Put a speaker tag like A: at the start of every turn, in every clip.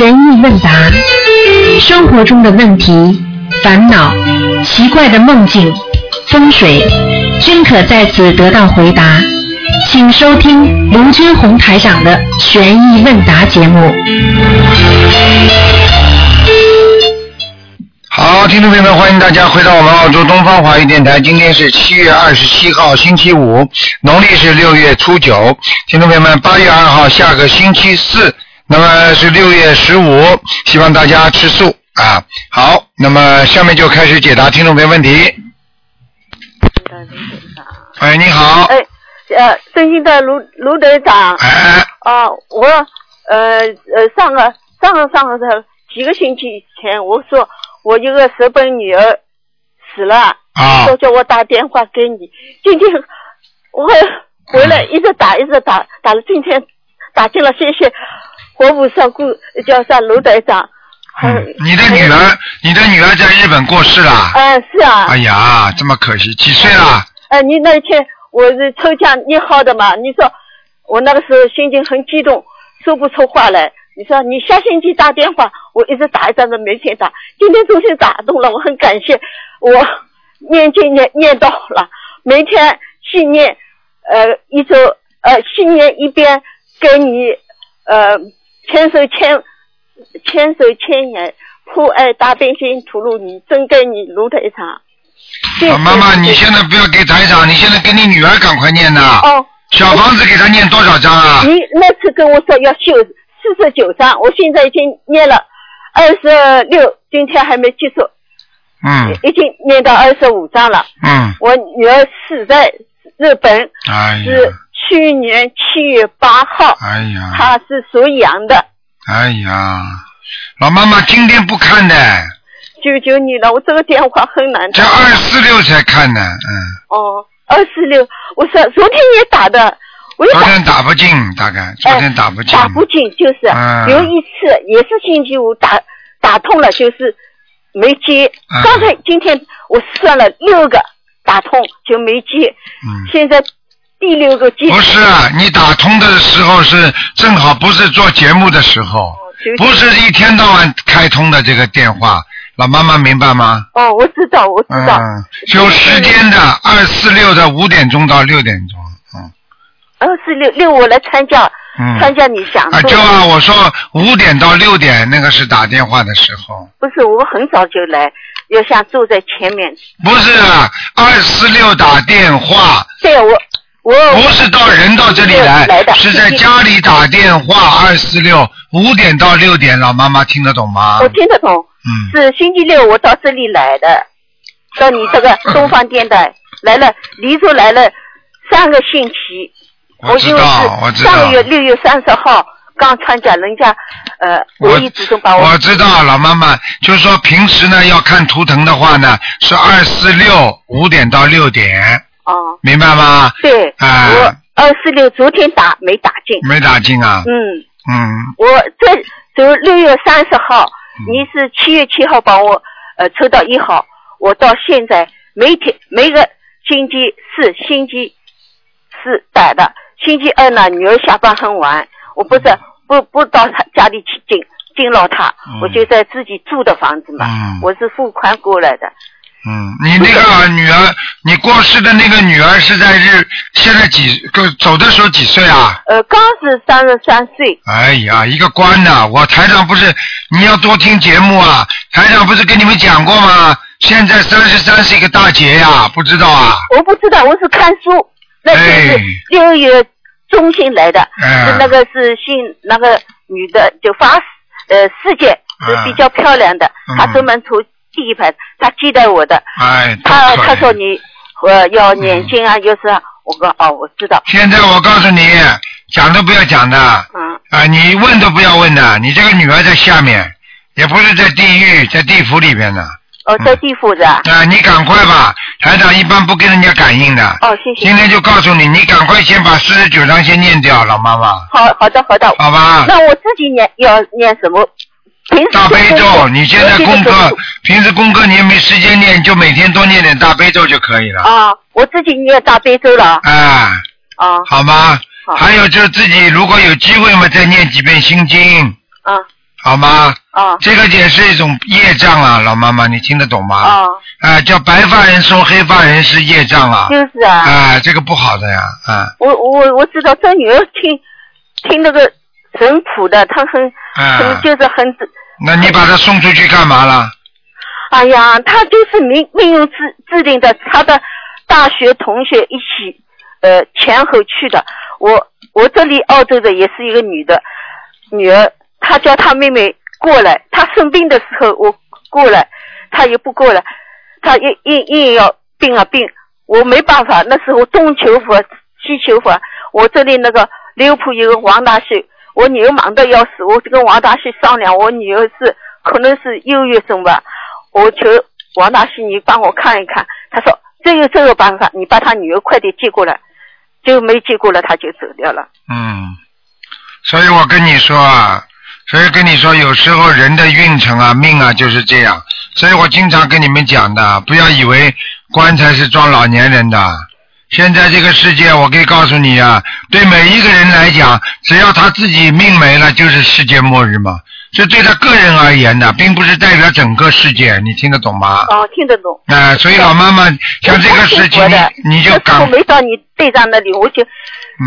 A: 问问答，生活中的问题、烦恼、奇怪的梦境、风水，均可在此得到回答。请收听卢军红台长的《悬疑问答》节目。
B: 好，听众朋友们，欢迎大家回到我们澳洲东方华语电台。今天是七月二十七号，星期五，农历是六月初九。听众朋友们，八月二号下个星期四，那么是六月十五，希望大家吃素啊。好，那么下面就开始解答听众朋友问题。哎，你好，
C: 哎，呃，尊敬的卢卢队长，
B: 哎，
C: 啊，我呃呃上个上个上个几个星期前，我说我一个日本女儿死了，
B: 啊
C: 说叫我打电话给你。今天我回来
B: 嗯
C: 一直打一直打，打了今天打进了，谢谢活菩萨顾叫上卢队长。
B: 嗯，你的女儿，你的女儿在日本过世了。
C: 啊、是 啊，
B: 哎呀，这么可惜，几岁了？
C: 哎，你那天我是抽奖一号的嘛，你说我那个时候心情很激动，说不出话来。你说你下星期打电话，我一直打一直都没钱打。今天终于打动了，我很感谢。我念经念念到了，每天去念，呃，一周呃，去念一遍，给你呃千手千千手千眼普爱大悲心吐露你，真给你如台长。谢谢
B: 啊妈妈，你现在不要给台长，你现在给你女儿赶快念呐。
C: 哦。
B: 小房子给她念多少张啊？
C: 你那次跟我说要修四十九章，我现在已经念了二十六，今天还没结束，
B: 嗯
C: 已经念到二十五章了。
B: 嗯，
C: 我女儿死在日本，
B: 哎呀
C: 是，去年七月八号，
B: 哎呀，
C: 她是属羊的，
B: 哎呀，老妈妈今天不看的，
C: 求求你了，我这个电话很难
B: 这
C: 打。
B: 二四六才看呢，嗯，
C: 哦，二十六，我说昨天也打的，我也哎
B: 昨
C: 打
B: 天打不进，大概昨天打不进，
C: 打不进，就是、
B: 嗯
C: 有一次也是星期五打打通了，就是没接。
B: 嗯
C: 刚才今天我算了六个打通就没接，
B: 嗯，
C: 现在第六个接。
B: 不是啊，你打通的时候是正好不是做节目的时候，
C: 就
B: 不是一天到晚开通的这个电话，老妈妈明白吗？
C: 哦，我知道，我知道。
B: 嗯，有时间的二四六的五点钟到六点钟，嗯
C: 二十六六我来参加，参
B: 嗯，
C: 加你想
B: 啊
C: 说
B: 就啊，我说五点到六点那个是打电话的时候，
C: 不是我很早就来，要想坐在前面。
B: 不是啊，二四六打电话，
C: 对，我我
B: 不是到人到这里
C: 来
B: 来，
C: 的
B: 是在家里打电话，二四六五点到六点，老妈妈听得懂吗
C: 我？听得懂，
B: 啊嗯，
C: 是星期六我到这里来的，到你这个东方电
B: 嗯
C: 台来了，离州来了三个星期。
B: 我知道，我
C: 因为
B: 知
C: 是
B: 道
C: 上，个月六月三十号刚参加人家呃
B: 我
C: 无意之中把
B: 我知道，老妈妈就是说平时呢要看图腾的话呢是二四六五点到六点，
C: 哦
B: 明白吗？
C: 对，
B: 啊
C: 我二四六昨天打没打进，
B: 没打进啊，
C: 嗯，
B: 嗯，
C: 我这就六月三十号，你是七月七号帮我呃抽到一号，我到现在每天每个星期四、星期四打的，星期二呢女儿下班很晚，我不是不不到她家里去敬敬老她
B: 嗯，
C: 我就在自己住的房子嘛，
B: 嗯
C: 我是付款过来的，
B: 嗯，你那个女儿，你过世的那个女儿是在日，现在几个走的时候几岁啊？
C: 呃，刚是三十三岁，
B: 哎呀，一个官呐、我台长不是，你要多听节目啊！台长不是跟你们讲过吗？现在三十三是一个大劫呀、不知道啊？
C: 我不知道我是看书，那就是
B: 哎
C: 六月中旬来的。是
B: 嗯，
C: 那个是姓那个女的，就发呃世界是比较漂亮的，
B: 嗯
C: 她专门从第一排，她接待我的，
B: 哎，多
D: 啊
C: 她
B: 可怜
C: 她说你呃要念经啊，就是啊我说哦我知道，
B: 现在我告诉你，讲都不要讲的啊、
C: 嗯
B: 你问都不要问的，你这个女儿在下面，也不是在地狱，在地府里边呢。嗯
C: 哦在地府的啊，
B: 啊，你赶快吧，台长一般不跟人家感应的。
C: 哦谢谢
B: 今，天就告诉你，你赶快先把四十九章先念掉，老妈妈，
C: 好好的好的，
B: 好吧？
C: 那我自己念要念什么？平时
B: 大悲
C: 做功
B: 咒，
C: 课
B: 你现在功课，平时功课你也没时间念，就每天多念点大悲咒就可以了。
C: 啊，我自己念大悲咒了
B: 啊，
C: 啊
B: 好吗？
C: 好
B: 还有就是自己如果有机会嘛，再念几遍心经，
C: 啊
B: 好吗？
C: 啊
B: 这个也是一种业障啊，老妈妈，你听得懂吗？啊、
C: 啊，
B: 叫白发人送黑发人是业障啊
C: 就，是啊。
B: 啊、这个不好的呀，啊、
C: 我我我知道，这女儿听听那个神谱的，她很很
B: 啊、
C: 就是很，
B: 那你把他送出去干嘛了？
C: 哎呀，她就是命命运制制定的，她的大学同学一起呃前后去的。我我这里澳洲的也是一个女的女儿，她叫她妹妹过来，她生病的时候我过来，她也不过来，她硬硬硬要病啊病，我没办法，那时候东求佛西求佛，我这里那个利物浦有个王大秀，我女儿忙得要死，我就跟王大秀商量，我女儿是可能是忧郁症吧，我求王大秀你帮我看一看，他说只有这个办法，你把他女儿快点接过来，就没接过来他就走掉了，
B: 嗯，所以我跟你说啊，所以跟你说，有时候人的运程啊、命啊就是这样。所以我经常跟你们讲的，不要以为棺材是装老年人的。现在这个世界，我可以告诉你啊，对每一个人来讲，只要他自己命没了，就是世界末日嘛。这对他个人而言呢，并不是代表整个世界，你听得懂吗？
C: 哦，听得懂。
B: 啊、所以老妈妈，像这个事情
C: 我的，
B: 你你就
C: 那时候
B: 赶
C: 没到你队长那里，我就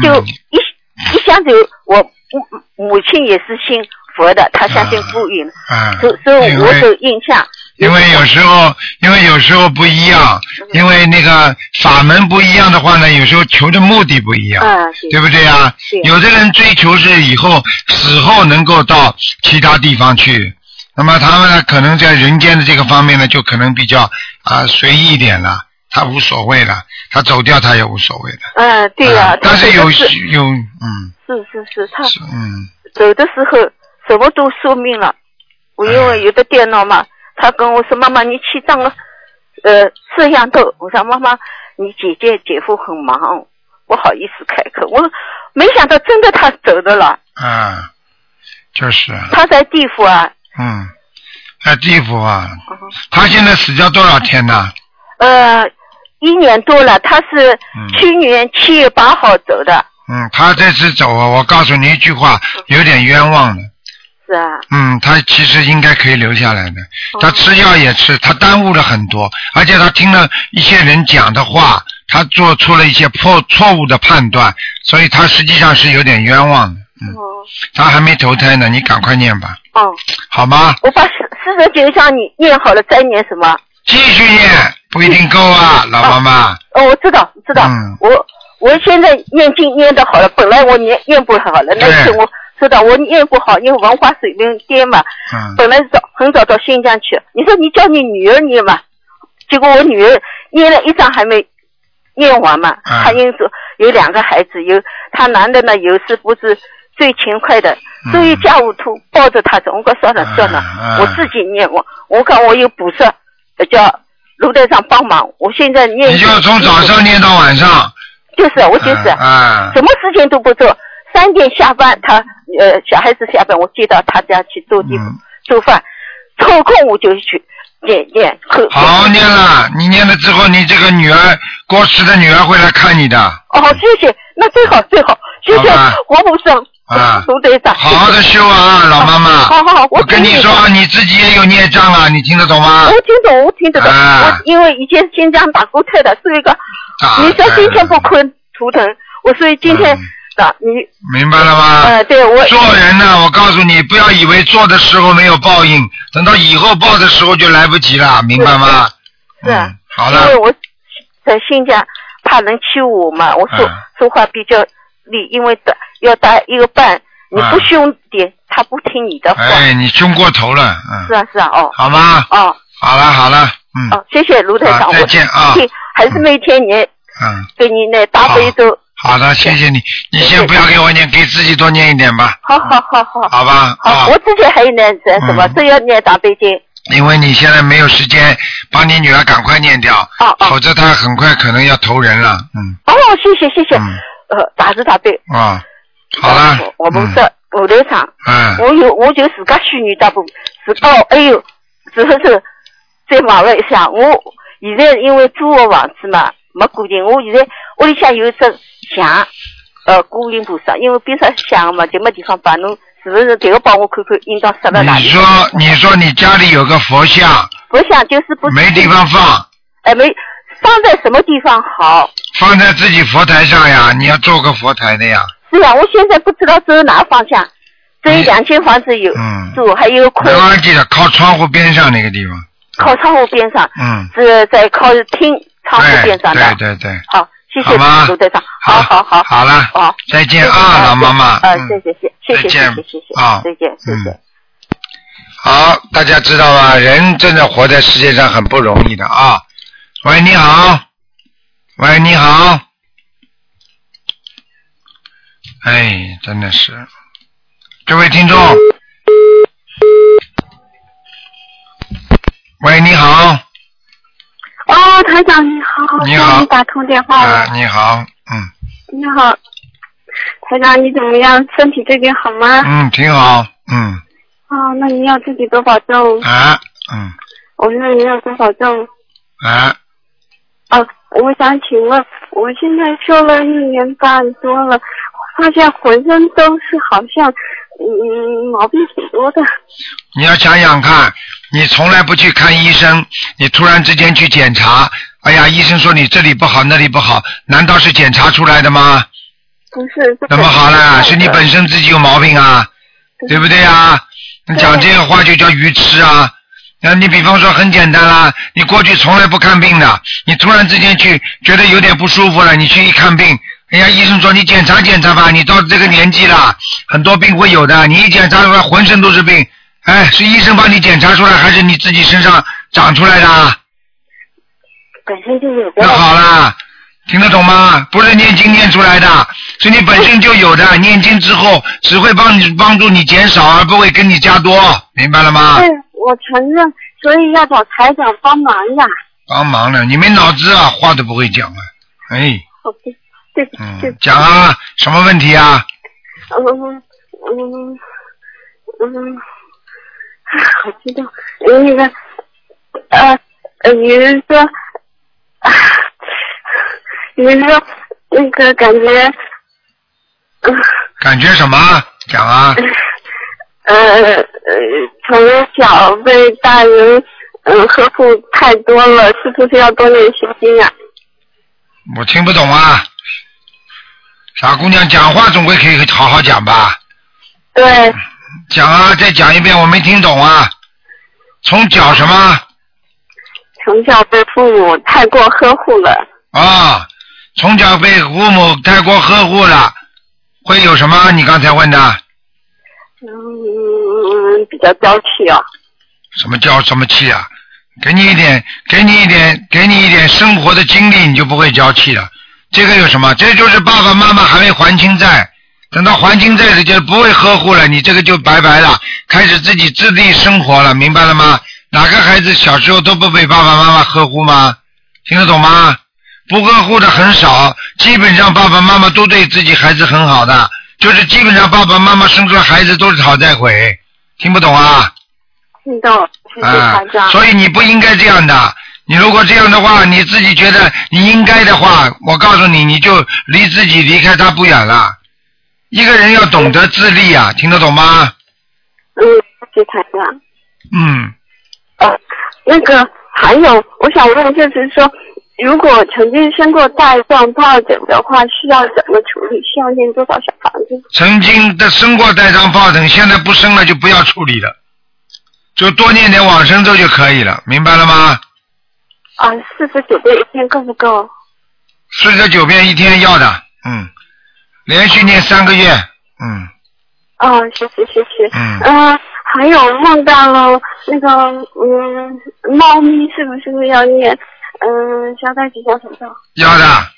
C: 就
B: 嗯
C: 一、一想就我母母亲也是信佛的，她相信父运，
B: 啊，
C: 所所以
B: 因
C: 我
B: 为
C: 有印象。
B: 因为有时候，因为有时候不一样，
C: 嗯
B: 因为那个法门不一样的话呢，有时候求的目的不一样，
C: 嗯，
B: 对不对啊？
C: 对
B: 有的人追求是以后死后能够到其他地方去，那么他们呢，可能在人间的这个方面呢，就可能比较啊、随意一点了，他无所谓了，他走掉他也无所谓的。
C: 嗯，对呀、
B: 啊但
C: 她
B: 是
C: 走
B: 有
C: 的是
B: 有嗯
C: 是是是，她
B: 是嗯
C: 走的时候什么都说明了。我因为有的电脑嘛，她跟我说：“妈妈，你去当个呃摄像头。”我说：“妈妈，你姐姐姐夫很忙，不好意思开口。”我说没想到真的她走的了。
B: 啊，就是啊
C: 他在地府啊，
B: 嗯，在地府啊，
C: 嗯哼
B: 他现在死掉多少天呐？
C: 呃，一年多了，他是
B: 嗯
C: 去年七月八号走的，
B: 嗯，他这次走啊，我告诉你一句话，
C: 嗯
B: 有点冤枉了。
C: 是啊，
B: 嗯，他其实应该可以留下来
C: 嗯
B: 的。他吃药也吃，他耽误了很多，而且他听了一些人讲的话，他做出了一些错错误的判断，所以他实际上是有点冤枉的。嗯，
C: 哦，
B: 他还没投胎呢，你赶快念吧，
C: 哦，
B: 好吗？
C: 我把四四十九章你念好了，再念什么？
B: 继续念，不一定够啊，老妈妈。
C: 嗯哦，我知道，知道，
B: 嗯
C: 我我现在念经念的好了，本来我念念不好了，那
B: 对
C: 次我知道我念不好，因为文化水平低嘛，
B: 嗯，
C: 本来早很早到新疆去，你说你叫你女儿念嘛，结果我女儿念了一张还没念完嘛，
B: 嗯
C: 她因着有两个孩子，有她男的呢，有时不是最勤快的，
B: 嗯
C: 所以家务图抱着她总归算了算了，
B: 嗯嗯
C: 我自己念我，我看我有补色，呃叫卢队长帮忙，我现在念
B: 你就从早上念到晚上。
C: 就是我就是、
B: 啊，
C: 什么事情都不做，三点下班他呃小孩子下班我接到他家去做地
B: 嗯
C: 做饭，抽空我就去念念喝。
B: 好好念了，你念啊了之后，你这个女儿过世的女儿会来看你的，
C: 哦，谢谢，那最好最好，谢谢
B: 好吧
C: 黄浦生
B: 啊
C: 卢队长，
B: 好好的修啊，老妈妈。
C: 好好好我
B: 跟你
C: 听你的哦
B: 说啊，你自己也有孽障啊，你听得懂吗
C: 我？听懂，我听得懂，
B: 啊啊
C: 我因为以前新疆打过胎的，所以个
B: 打
C: 你说今天不
B: 嗯
C: 困图腾，我所以今天
B: 嗯
C: 打你
B: 明白了吗？
C: 呃，对我
B: 做人呢，我告诉你，不要以为做的时候没有报应，等到以后报的时候就来不及了，明白吗？
C: 是是
B: 嗯好
C: 因
B: 了
C: 为，我在新疆怕人欺负我嘛，我说、
B: 嗯
C: 说话比较利，因为打要打一个半，你不凶点，他不听你的话。
B: 嗯哎，你凶过头了，
C: 是
B: 嗯，
C: 啊是啊，哦
B: 好吗？
C: 哦
B: 好了好了，嗯
C: 哦，谢谢卢台
B: 啊
C: 长，
B: 再
C: 我
B: 见啊
C: 对还是每天你
B: 嗯，
C: 给你那大悲咒，
B: 好的，谢谢你，你先不要给我念，给自己多念一点吧，
C: 好好好好。
B: 好吧？啊
C: 好，我之前还有念在什么
B: 嗯，
C: 这要念大悲经。
B: 因为你现在没有时间帮你女儿赶快念掉，
C: 哦哦
B: 否则她很快可能要投人了。嗯
C: 哦，谢谢谢谢
B: 嗯，
C: 呃，大慈大悲。
B: 啊、好了，
C: 我们
B: 嗯
C: 说卢台长，
B: 嗯，
C: 我有，我就自家虚拟大部自哦，哎呦，之后是再忙了一下。我现在因为租个房子嘛，没固定。我现在屋里向有一只像，呃，观音菩萨，因为边上像嘛，就没地方摆，侬
E: 是不是？这个帮我看看，应当设到哪
B: 你
E: 里？
B: 说，你说你家里有个佛像，
E: 我想就是不是
B: 没地方放，
E: 哎，没放在什么地方好？
B: 放在自己佛台上呀，你要做个佛台的呀。
E: 是啊，我现在不知道走哪个方向，只有
B: 你
E: 两间房子有
B: 嗯
E: 住，还有空
B: 没关系的，靠窗户边上那个地方。
E: 靠窗户边上，
B: 嗯，
E: 是在靠厅窗户
B: 对
E: 边上的。
B: 对对对，
E: 好，谢
B: 好
E: 谢
B: 吗
E: 卢队长。好好好，
B: 好了，
E: 好，
B: 再
E: 谢
B: 见
E: 谢
B: 啊，老妈妈。
E: 啊，
B: 嗯
E: 谢谢谢谢
B: 再
E: 谢谢
B: 见
E: 谢谢谢谢，
B: 啊
E: 再见谢谢
B: 嗯。好，大家知道吧？人真的活在世界上很不容易的啊。喂，你好，喂，你好，哎，真的是，这位听众，喂，你好，
D: 哦，台长你好，
B: 你好
D: 终于打通电话了。
B: 啊，你好，嗯
D: 你好，台长你怎么样？身体最近好吗？
B: 嗯，挺好，嗯
D: 哦，那你要自己多保重。
B: 啊，嗯
D: 我说你要多保重。
B: 啊，
D: 哦，我想请问，我现在修了一年半多了，发现浑身都是好像嗯毛病挺多的。
B: 你要想想看，你从来不去看医生，你突然之间去检查，哎呀，医生说你这里不好那里不好，难道是检查出来的吗？
D: 不是，
B: 怎么好啦？
D: 了？
B: 是你本身自己有毛病啊，对不对啊？你讲这个话就叫愚痴啊！那你比方说很简单啦，你过去从来不看病的，你突然之间去觉得有点不舒服了，你去一看病，人家医生说你检查检查吧，你到这个年纪了，很多病会有的，你一检查出来浑身都是病，哎，是医生帮你检查出来，还是你自己身上长出来的啊？
D: 本身就是有
B: 那好啦，听得懂吗？不是念经念出来的，是你本身就有
D: 嗯
B: 的。念经之后只会帮你帮助你减少，而不会跟你加多，明白了吗？
D: 对，我承认，所以要找台长帮忙呀。
B: 帮忙了，你没脑子啊，话都不会讲啊。哎，
D: 好的，对不起对
B: 嗯
D: 不，起
B: 讲啊，什么问题啊？
D: 嗯嗯嗯，啊好激动。那个，呃，呃你是说，啊，你是说那个感觉，嗯
B: 感觉什么？讲啊，
D: 呃呃，从小被大人嗯呵护太多了，是不是要多练心经啊？
B: 我听不懂啊。傻姑娘，讲话总归可以好好讲吧？
D: 对，
B: 讲啊，再讲一遍，我没听懂啊。从脚什么？
D: 从小被父母太过呵护了，
B: 啊，从小被父母太过呵护了，会有什么？你刚才问的
D: 嗯，比较娇气哦。
B: 什么娇什么气啊？给你一点，给你一点，给你一点生活的经历，你就不会娇气了。这个有什么？这就是爸爸妈妈还没还清债，等到还清债了就不会呵护了，你这个就拜拜了，开始自己自立生活了，明白了吗？哪个孩子小时候都不被爸爸妈妈呵护吗？听得懂吗？不呵护的很少，基本上爸爸妈妈都对自己孩子很好的，就是基本上爸爸妈妈生出来孩子都是讨债鬼，听不懂啊？
D: 听到，谢谢
B: 啊
D: 台长。，
B: 所以你不应该这样的。你如果这样的话，你自己觉得你应该的话，我告诉你，你就离自己离开他不远了。一个人要懂得自立啊，听得懂吗？
D: 嗯，谢谢台长。
B: 嗯，
D: 呃，那个还有，我想问，就是说，如果曾经生过带状疱疹的话，需要怎么处理？需要念多少小房子？
B: 曾经的生过带状疱疹，现在不生了就不要处理了，就多念点往生咒就可以了，明白了吗？
D: 啊，四十九遍一天够不够？
B: 四十九遍一天要的，嗯，连续念三个月，嗯
D: 啊，谢谢谢谢。
B: 嗯，
D: 嗯、还有梦到了那个，嗯，猫咪是不是要念？嗯，消灾吉祥神咒。
B: 要的。
D: 啊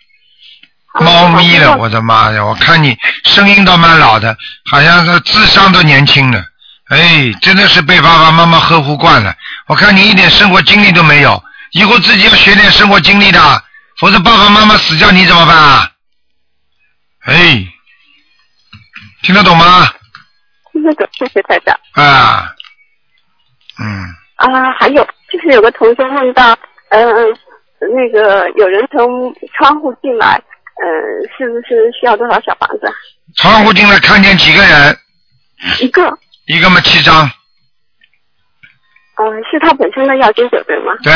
B: 猫咪了，
D: 好
B: 我的妈呀！我看你声音倒蛮老的，好像是智商都年轻了。哎，真的是被爸爸妈妈呵护惯了。我看你一点生活经历都没有，以后自己要学点生活经历的，否则爸爸妈妈死掉你怎么办啊？哎，听得懂吗？
D: 听得懂，谢谢台长。
B: 啊，嗯，
D: 啊，还有就是有个同学问到，嗯、那个有人从窗户进来，呃嗯、是不是需要多少小房子？
B: 窗户进来看见几个人，
D: 一个，
B: 一个嘛七张，
D: 嗯，是他本身的要经者对吗？
B: 对，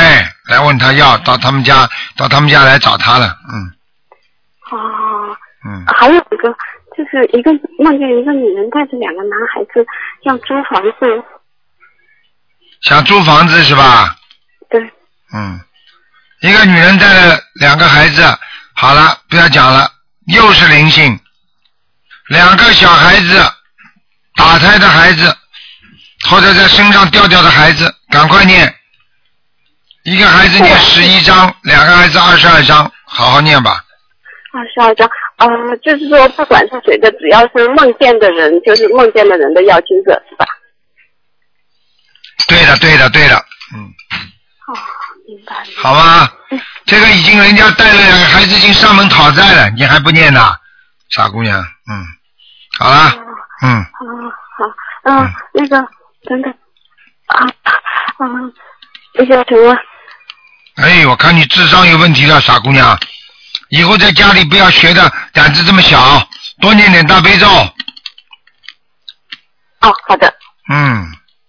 B: 来问他要，到他们家，到他们家来找他了，嗯
D: 哦，
B: 嗯，
D: 还有一个就是一个梦见一个女人带着两个男孩子要租房子，
B: 想租房子是吧？
D: 对，
B: 嗯，一个女人带了两个孩子，好了，不要讲了，又是灵性，两个小孩子，打胎的孩子，或者在身上掉掉的孩子，赶快念，一个孩子念十一章，两个孩子二十二章，好好念吧，
D: 二十二张，呃，就是说不管是谁的，只要是梦见的人，就是梦见的人的要经者是吧？
B: 对的，对的，对的，嗯，
D: 哦，明白了。
B: 好吧，这个已经人家带了两个孩子已经上门讨债了，你还不念呐，傻姑娘，嗯，好啦，嗯。
D: 啊，好，嗯、
B: 嗯
D: 那个，等等，啊，嗯，那个什么，
B: 哎，我看你智商有问题了，傻姑娘，以后在家里不要学的胆子这么小，多念点大悲咒。
D: 哦，好的，
B: 嗯，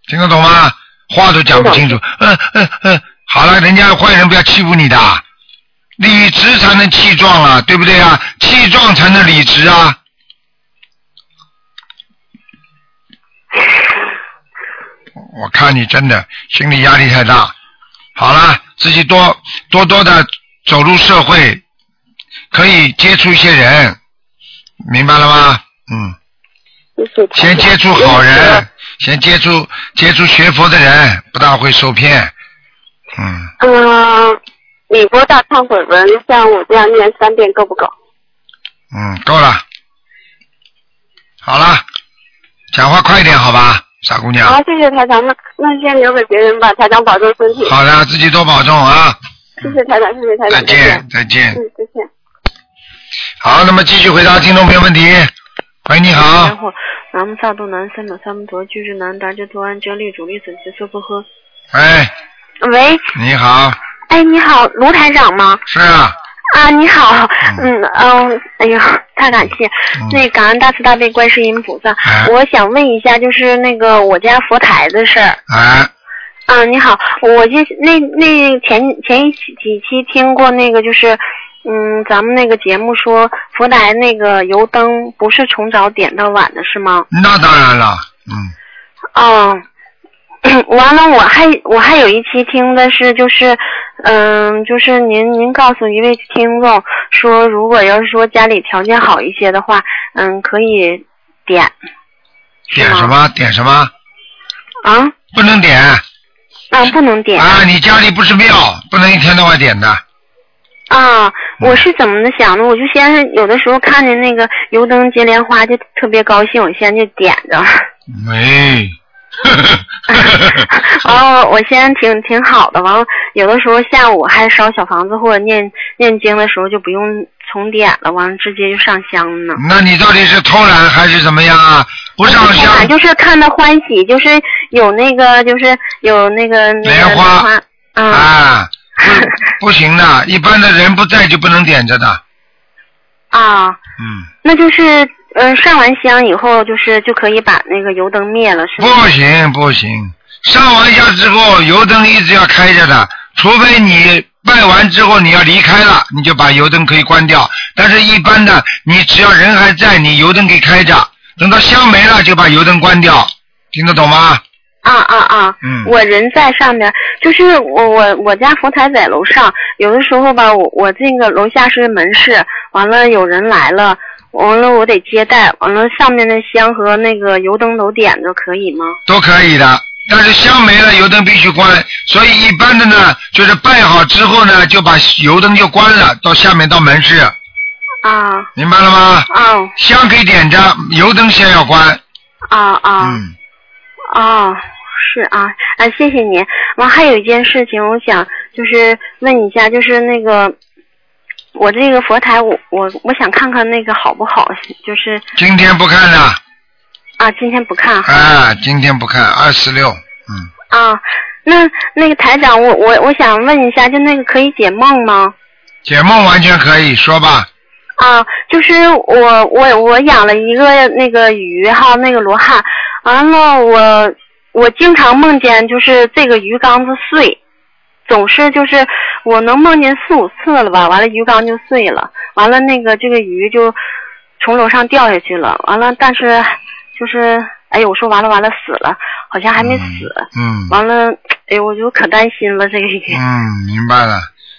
B: 听得懂吗？话都讲不清楚。嗯嗯嗯，好了，人家坏人不要欺负你的，理直才能气壮啊，对不对啊？气壮才能理直啊。我看你真的心理压力太大。好了，自己多多多的走入社会，可以接触一些人，明白了吗？嗯。
D: 谢谢台
B: 先
D: 长
B: 接触好人，先接触接触学佛的人，不大会受骗。嗯，
D: 嗯，李波大忏悔文，像我这样念三遍够不够？
B: 嗯，够了，好了，讲话快一点，好吧，傻姑娘。
D: 好，谢谢台长，那那先留给别人吧，台长保重身体。
B: 好的，自己多保重啊！
D: 谢谢台长，谢谢台
B: 再
D: 长，
B: 见，再见
D: 嗯。，再见。
B: 好，那么继续回答听众朋友问题。喂，你
F: 然
B: 好，
F: 后南无萨埵南三藐三菩提，俱舍南达遮多安遮利主利损邪娑婆诃。
B: 喂，
A: 喂，
B: 哎你好，
A: 哎，你好，卢台长吗？
B: 是啊，
A: 啊，你好，嗯嗯，哎呀，太感谢，
B: 嗯
A: 那感恩大慈大悲观世音菩萨
B: 哎，
A: 我想问一下，就是那个我家佛台的事儿。
B: 哎，
A: 嗯，你好，我这那那前前一期几期听过那个就是。嗯，咱们那个节目说佛台那个油灯不是从早点到晚的是吗？
B: 那当然了，嗯，
A: 嗯， 完了，我还我还有一期听的是就是，嗯，就是您您告诉一位听众说，如果要是说家里条件好一些的话，嗯，可以点
B: 点什么点什么，
A: 啊，
B: 不能点
A: 嗯，不能点
B: 啊！你家里不是庙，不能一天到晚点的。
A: 啊。我是怎么的想的？我就先是有的时候看见那个油灯接莲花就特别高兴，我先就点着。
B: 没，
A: 哦，我先挺挺好的，完了有的时候下午还烧小房子或者念念经的时候就不用重点了，完了直接就上香呢。
B: 那你到底是偷懒还是怎么样啊？不上
A: 反
B: 香
A: 正就是看到欢喜，就是有那个就是有那个那个
B: 莲花
A: 嗯、
B: 啊，不不行的，一般的人不在就不能点着的。
A: 啊，
B: 嗯，
A: 那就是呃上完香以后就是就可以把那个油灯灭了，是吗？
B: 不行不行，上完香之后油灯一直要开着的，除非你拜完之后你要离开了，你就把油灯可以关掉。但是一般的，你只要人还在，你油灯可以开着，等到香没了就把油灯关掉，听得懂吗？
A: 啊啊啊！
B: 嗯
A: 我人在上边，就是我我我家佛台在楼上，有的时候吧，我我这个楼下是门市，完了有人来了，完了我得接待，完了上面的香和那个油灯都点着，可以吗？
B: 都可以的。但是香没了，油灯必须关。所以一般的呢，就是拜好之后呢，就把油灯就关了，到下面到门市，
A: 啊
B: 明白了吗？
A: 啊
B: 香可以点着，油灯先要关。
A: 啊啊！
B: 嗯，
A: 哦，是啊啊，谢谢您。完还有一件事情，我想就是问一下，就是那个我这个佛台，我我我想看看那个好不好，就是
B: 今天不看了，
A: 啊，今天不看哈。
B: 啊，今天不看，二十六，嗯，
A: 啊，那那个台长，我我我想问一下，就那个可以解梦吗？
B: 解梦完全可以说吧。
A: 啊，就是我我我养了一个那个鱼哈，那个罗汉，完了我我经常梦见就是这个鱼缸子碎，总是就是我能梦见四五次了吧，完了鱼缸就碎了，完了那个这个鱼就从楼上掉下去了，完了但是就是哎呦我说完了完了死了，好像还没死，
B: 嗯
A: 完了哎呦我就可担心了这个鱼
B: 嗯，明白了。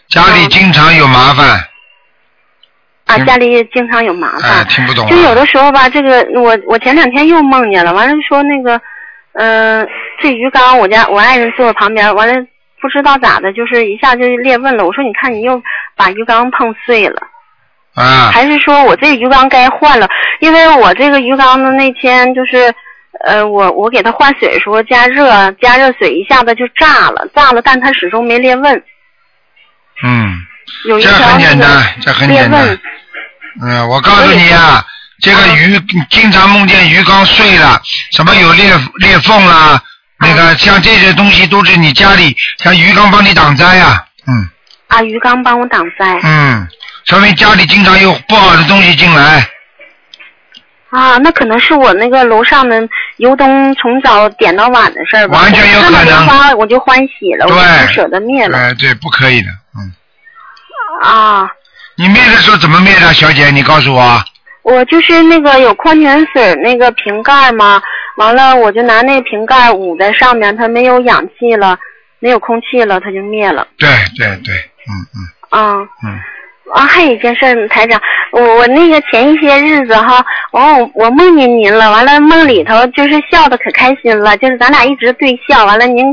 B: 家里经常有麻烦，
A: 啊，家里经常有麻烦
B: 哎，。听不懂、啊。
A: 就有的时候吧，这个我我前两天又梦见了，完了说那个，嗯、这鱼缸我家我爱人坐我旁边，完了不知道咋的，就是一下就裂问了。我说你看你又把鱼缸碰碎了，
B: 啊，
A: 还是说我这鱼缸该换了？因为我这个鱼缸呢那天就是，呃，我我给它换水的时候加热，加热水一下子就炸了，炸了，但它始终没裂问，
B: 嗯，
A: 有一
B: 这
A: 条
B: 很
A: 那
B: 简
A: 个
B: 单，这很
A: 裂
B: 简单
A: 纹。，
B: 嗯，我告诉你呀、啊，这个鱼经常梦见鱼缸碎了，什么有裂裂缝啦，那
A: 嗯
B: 个像这些东西都是你家里像鱼缸帮你挡灾呀、嗯
A: 啊，鱼缸帮我挡灾。
B: 嗯，说明家里经常有不好的东西进来，
A: 啊，那可能是我那个楼上的油灯从早点到晚的事儿吧。
B: 完全有
A: 我看到
B: 可能
A: 莲花我就欢喜了，我就
B: 对
A: 不舍得灭了。
B: 哎，对，不可以的，嗯，
A: 啊，
B: 你灭的时候怎么灭的，小姐？你告诉我，啊
A: 我就是那个有矿泉水那个瓶盖嘛，完了我就拿那个瓶盖捂在上面，它没有氧气了，没有空气了，它就灭了。
B: 对对对，嗯嗯
A: 啊
B: 嗯，
A: 啊，还有一件事儿，台长，我我那个前一些日子哈，完我我梦见您了，完了梦里头就是笑的可开心了，就是咱俩一直对笑，完了您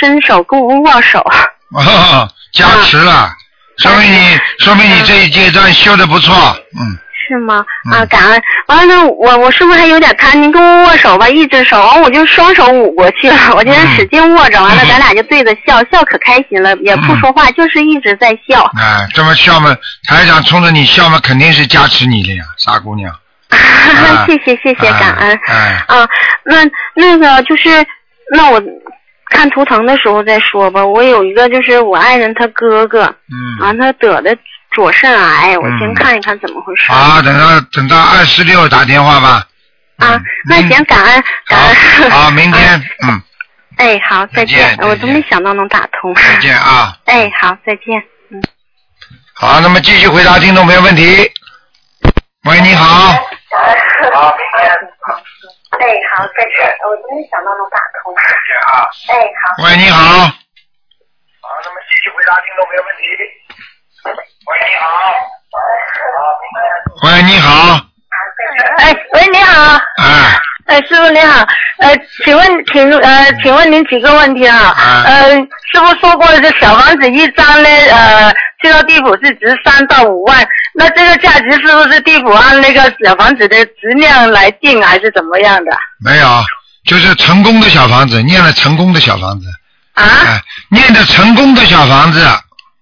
A: 伸手跟我握手，
B: 哦， 加持了，
A: 嗯
B: 说明你说明你这一阶段修的不错，嗯，
A: 是吗？啊，
B: 嗯
A: 感恩。完了，我我是不是还有点贪？您跟我握手吧，一只手，哦完我就双手捂过去了，我就
B: 嗯
A: 使劲握着，完了咱俩就对着笑，笑可开心了，也
B: 嗯
A: 不说话，就是一直在笑。
B: 哎，这么笑嘛，台长冲着你笑嘛，肯定是加持你的呀，傻姑娘，啊
A: 谢谢谢谢，
B: 哎
A: 感恩。
B: 哎，
A: 啊，那那个就是，那我看图腾的时候再说吧。我有一个就是我爱人他哥哥，啊
B: 嗯。
A: 完、他得的左肾癌，我先
B: 嗯
A: 看一看怎么回事。
B: 好，等到等到二十六打电话吧。
A: 啊
B: 嗯，
A: 那
B: 明
A: 行，感恩感
B: 好，
A: 恩。
B: 好，明
A: 啊
B: 天，嗯，
A: 哎，好，
B: 再
A: 再
B: 见再见
A: 我都没想到能打通。
B: 再见啊。
A: 哎，好，再见。嗯
B: 好，那么继续回答听众朋友问题。喂，你好，
A: 哎，好，再见。我都没想到能打通。哎，好。
B: 喂，你好，喂，你好，
G: 哎，喂，你好，
B: 哎，
G: 哎，师傅你好，呃，请问，请呃，请问您几个问题啊？
B: 嗯啊
G: 呃，师傅说过，这小房子一张呢，呃，去到地府是值三到五万，那这个价值是不是地府按那个小房子的质量来定，还是怎么样的？
B: 没有，就是成功的小房子，念了成功的小房子，
G: 啊？
B: 哎，念的成功的小房子，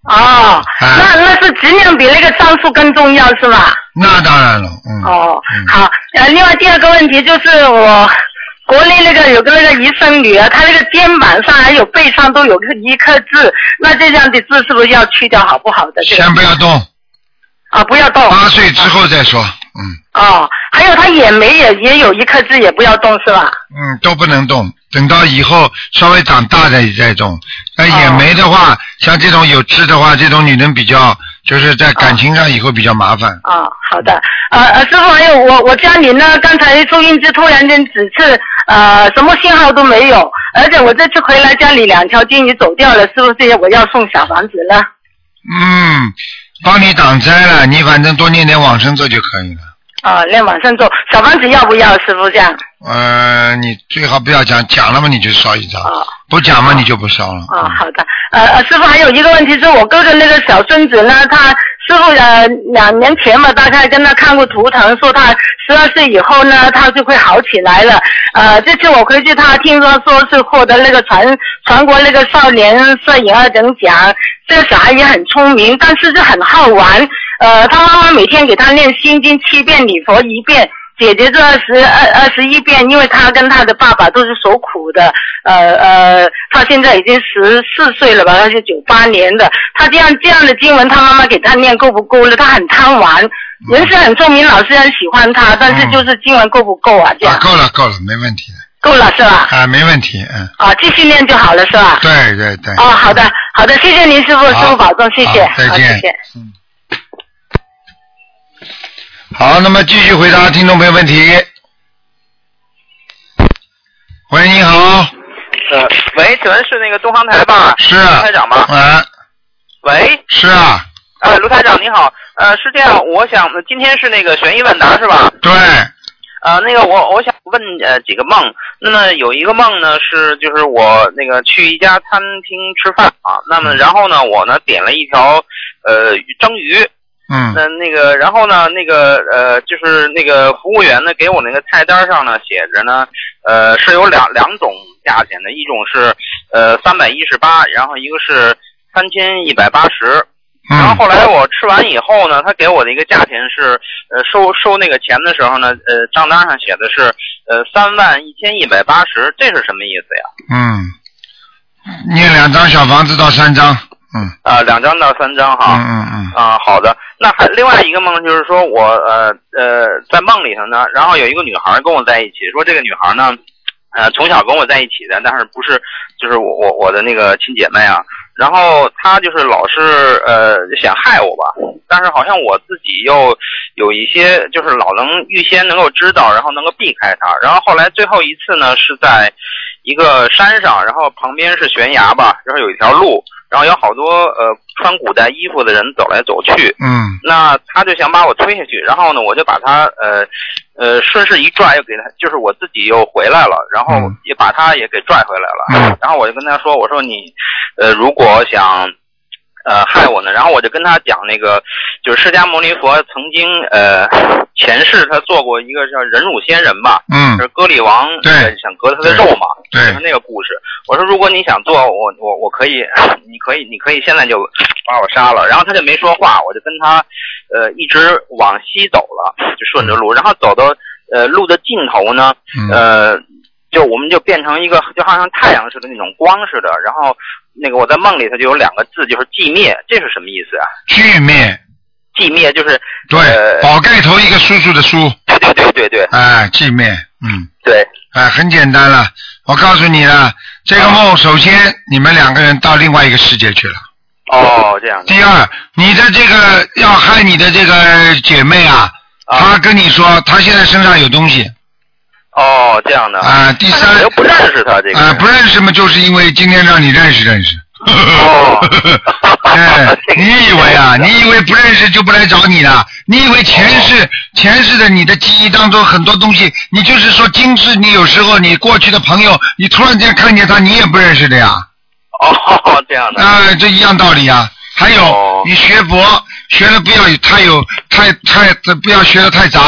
G: 哦，
B: 啊
G: 那那是质量比那个张数更重要是吧？
B: 那当然了，嗯，
G: 哦
B: 嗯，
G: 好。呃，另外第二个问题就是我国内那个有个那个医生女儿，啊她那个肩膀上还有背上都有个一颗痣，那这样的痣是不是要去掉好不好的？这个
B: 先不要动，
G: 啊，不要动。
B: 八岁之后再说，嗯
G: 哦，还有她眼眉也也有一颗痣，也不要动是吧？
B: 嗯，都不能动，等到以后稍微长大再再动。那
G: 哦
B: 眼眉的话，像这种有痣的话，这种女人比较就是在感情上以后比较麻烦，
G: 啊、好的。呃呃，师傅，还有我我家里呢，刚才收音机突然间几次呃什么信号都没有，而且我这次回来家里两条金鱼走掉了，是不是我要送小房子呢？
B: 嗯，帮你挡灾了，你反正多念点往生咒就可以了。
G: 啊，练晚上做小房子要不要？师傅这样
B: 呃，你最好不要讲，讲了嘛你就烧一张，
G: 啊
B: 不讲嘛你就不烧了。
G: 啊，好的。呃呃，师傅还有一个问题是我哥哥那个小孙子呢，他师傅呃两年前嘛，大概跟他看过图腾，说他十二岁以后呢，他就会好起来了。呃，这次我回去，他听说说是获得那个全全国那个少年摄影二等奖，这个小孩也很聪明，但是就很好玩。呃，他妈妈每天给他念心经七遍，礼佛一遍。姐姐这二十二二十一遍，因为她跟她的爸爸都是受苦的，呃呃，她现在已经十四岁了吧，她是九八年的，她这样这样的经文，她妈妈给她念够不够呢？她很贪玩，
B: 嗯
G: 人是很聪明，老师很喜欢她，但是就是经文够不够啊？这
B: 啊，
G: 样
B: 够了够了，没问题了
G: 够了是吧？
B: 啊，没问题，嗯，
G: 啊，继续念就好了是吧？
B: 对对对。
G: 哦，好的，好的，谢谢您师傅，师
B: 哎好
G: 傅保重，谢谢，
B: 好再
G: 好
B: 见
G: 谢谢。
B: 好，那么继续回答听众朋友问题。喂，你好，
G: 哦
H: 呃，喂，请问是那个东方台吧？
B: 呃是
H: 卢台长吗？
B: 啊，
H: 喂，
B: 是啊，
H: 呃，卢台长你好，呃，是这样，我想今天是那个悬疑问答是吧？
B: 对，
H: 呃，那个我我想问呃几个梦，那么有一个梦呢是就是我那个去一家餐厅吃饭啊，那
B: 嗯
H: 么然后呢我呢点了一条呃鱼蒸鱼，
B: 嗯
H: 那那个然后呢那个呃就是那个服务员呢给我那个菜单上呢写着呢呃是有两两种价钱的，一种是呃三百一十八，然后一个是三千一百八十，然后
B: 嗯
H: 后来我吃完以后呢，他给我的一个价钱是，呃，收收那个钱的时候呢，呃，账单上写的是，呃，三万一千一百八十，这是什么意思呀？
B: 嗯，念两张小房子到三张，嗯
H: 啊、两张到三张
G: 哦
H: 哈。
B: 嗯嗯嗯，
H: 啊，好的。那还另外一个梦就是说我呃呃在梦里头呢，然后有一个女孩跟我在一起，说这个女孩呢，呃从小跟我在一起的，但是不是就是我我我的那个亲姐妹啊。然后她就是老是呃想害我吧，但是好像我自己又有一些就是老能预先能够知道，然后能够避开她。然后后来最后一次呢是在一个山上，然后旁边是悬崖吧，然后有一条路，然后有好多呃穿古代衣服的人走来走去，
B: 嗯
H: 那他就想把我推下去，然后呢，我就把他呃呃顺势一拽，又给他，就是我自己又回来了，然后
B: 嗯
H: 也把他也给拽回来了，
B: 嗯
H: 然后我就跟他说，我说你呃如果想。呃，害我呢，然后我就跟他讲那个，就是释迦牟尼佛曾经呃前世他做过一个叫忍辱仙人吧，
B: 嗯
H: 就是割礼王
B: 对
H: 呃想割他的肉嘛，就是
B: 对，
H: 那个故事。我说如果你想做，我我我可以，你可以，你可以现在就把我杀了。然后他就没说话，我就跟他，呃，一直往西走了，就顺着路，然后走到呃路的尽头呢，
B: 嗯
H: 呃，就我们就变成一个就好像太阳似的那种光似的，然后那个我在梦里头就有两个字，就是寂灭，这是什么意思啊？
B: 剧灭，
H: 寂灭就是
B: 对，
H: 呃，
B: 宝盖头一个叔叔的叔，
H: 对对对对对
B: 哎，剧灭，嗯。
H: 对，
B: 哎，很简单了，我告诉你了，这个梦首先你们两个人到另外一个世界去了。
H: 哦，这样的，
B: 第二，你的这个要害你的这个姐妹啊，她
H: 啊，
B: 跟你说她现在身上有东西
H: 哦，这样的，
B: 啊、第
H: 但
B: 三
H: 是我又不认识他这个
B: 啊、
H: 人，
B: 不认识嘛，就是因为今天让你认识认识。
H: 哦
B: 哎，你以为啊？你以为不认识就不来找你了？你以为前
H: 哦
B: 世前世的你的记忆当中很多东西，你就是说今世你有时候你过去的朋友，你突然间看见他，你也不认识的呀？
H: 哦，这样的。
B: 啊、这一样道理啊。还有，
H: 哦
B: 你学佛学的不要太有太太不要学的太杂，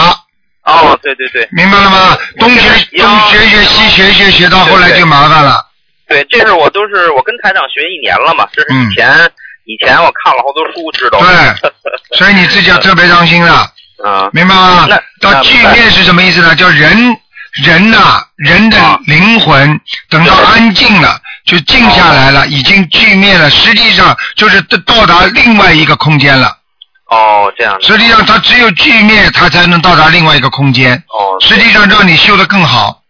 H: 哦，对对对
B: 明白了吗？东学
H: 一样
B: 东学学西学学学到后来
H: 对对
B: 就麻烦了。
H: 对，这是我都是我跟台长学一年了嘛，这是
B: 嗯
H: 以前、以前我看了好多书，知道。
B: 对，所以你自己要特别当心了，
H: 嗯，
B: 明白吗
H: 那？
B: 到
H: 那
B: 寂
H: 明白
B: 灭是什么意思呢？叫人人呐、人的
H: 啊
B: 灵魂等到
H: 对啊
B: 安静了，就静下来了，已经寂灭了。实际上就是到到达另外一个空间了。
H: 哦，这样的。
B: 实际上，它只有寂灭，它才能到达另外一个空间。
H: 哦，
B: 实际上让你修得更好。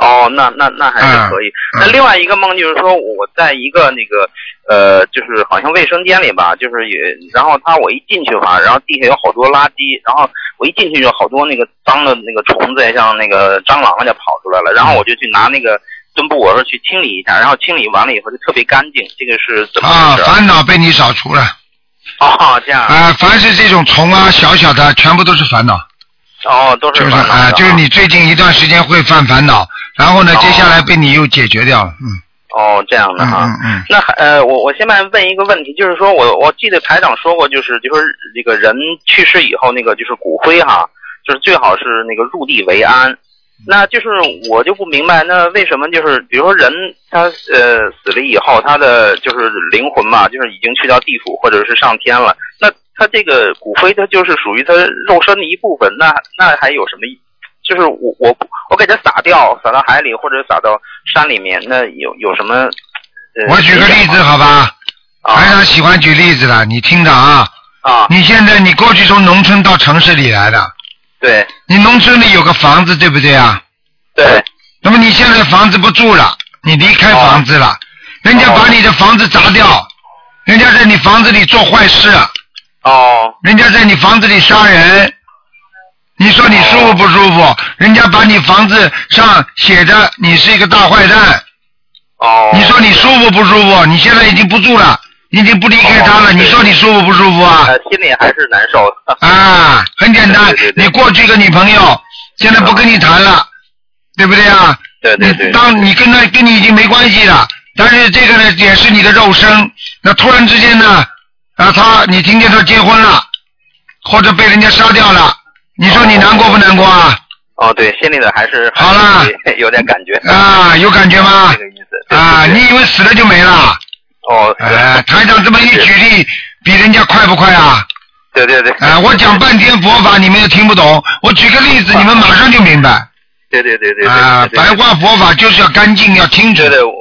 H: 哦，那那那还是可以。
B: 嗯
H: 那另外一个梦就是说，我在一个那个呃，就是好像卫生间里吧，就是也，然后他我一进去吧，然后地下有好多垃圾，然后我一进去有好多那个脏的那个虫子，像那个蟑螂啊就跑出来了，然后我就去拿那个墩布，我说去清理一下，然后清理完了以后就特别干净，这个是怎么回，
B: 啊
H: 事？
B: 烦恼被你扫除了
H: 哦，这样，
B: 啊！凡是这种虫啊，小小的，全部都是烦恼，
H: 哦， 都
B: 就是是
H: 烦恼
B: 啊，
H: 的
B: 就是你最近一段时间会犯烦恼，然后呢，
H: 哦
B: 接下来被你又解决掉了，嗯
H: 哦，这样的
B: 嗯
H: 哈。
B: 嗯嗯，
H: 那还呃，我我先来问一个问题，就是说我我记得台长说过，就是就是那个人去世以后，那个就是骨灰哈，就是最好是那个入地为安。那就是我就不明白，那为什么就是比如说人他呃死了以后，他的就是灵魂嘛，就是已经去到地府或者是上天了，那他这个骨灰它就是属于他肉身的一部分，那那还有什么就是我我我给它撒掉，撒到海里或者撒到山里面，那有有什么？呃
B: 我举个例子好吧？
H: 啊
B: 台长喜欢举例子了，你听着啊。
H: 啊，
B: 你现在你过去从农村到城市里来的，
H: 对
B: 你农村里有个房子，对不对啊？
H: 对，
B: 那么你现在房子不住了，你离开房子
H: 哦
B: 了，人家把你的房子砸掉，人家在你房子里做坏事，
H: 哦
B: 人家在你房子里杀人，你说你舒服不舒
H: 哦
B: 服？人家把你房子上写着你是一个大坏蛋，
H: 哦，
B: 你说你舒服不舒服？你现在已经不住了，已经不离开他了，
H: 哦
B: 你说你舒服不舒服啊？
H: 呃，心里还是难受的。
B: 啊，很简单
H: 对对，对
B: 你过去一个女朋友，现在不跟你谈了，对不对啊？
H: 对对对
B: 你当你跟他跟你已经没关系了，但是这个呢也是你的肉身，那突然之间呢，啊，他你听见他结婚了，或者被人家杀掉了，你说你难过不难过啊？
H: 哦，对，心里的还是
B: 好啦，
H: 还是有点感觉。
B: 啊，有感觉吗
H: 这？个意思。对
B: 啊，
H: 对对
B: 你以为死了就没了？
H: 哦，是
B: 哎，台长这么一举例，比人家快不快啊？
H: 对对对，
B: 哎，我讲半天佛法，你们又听不懂。我举个例子，你们马上就明白。
H: 对对对对对
B: 啊，
H: 对对
B: 白话佛法就是要干净，要清楚
H: 对。对，我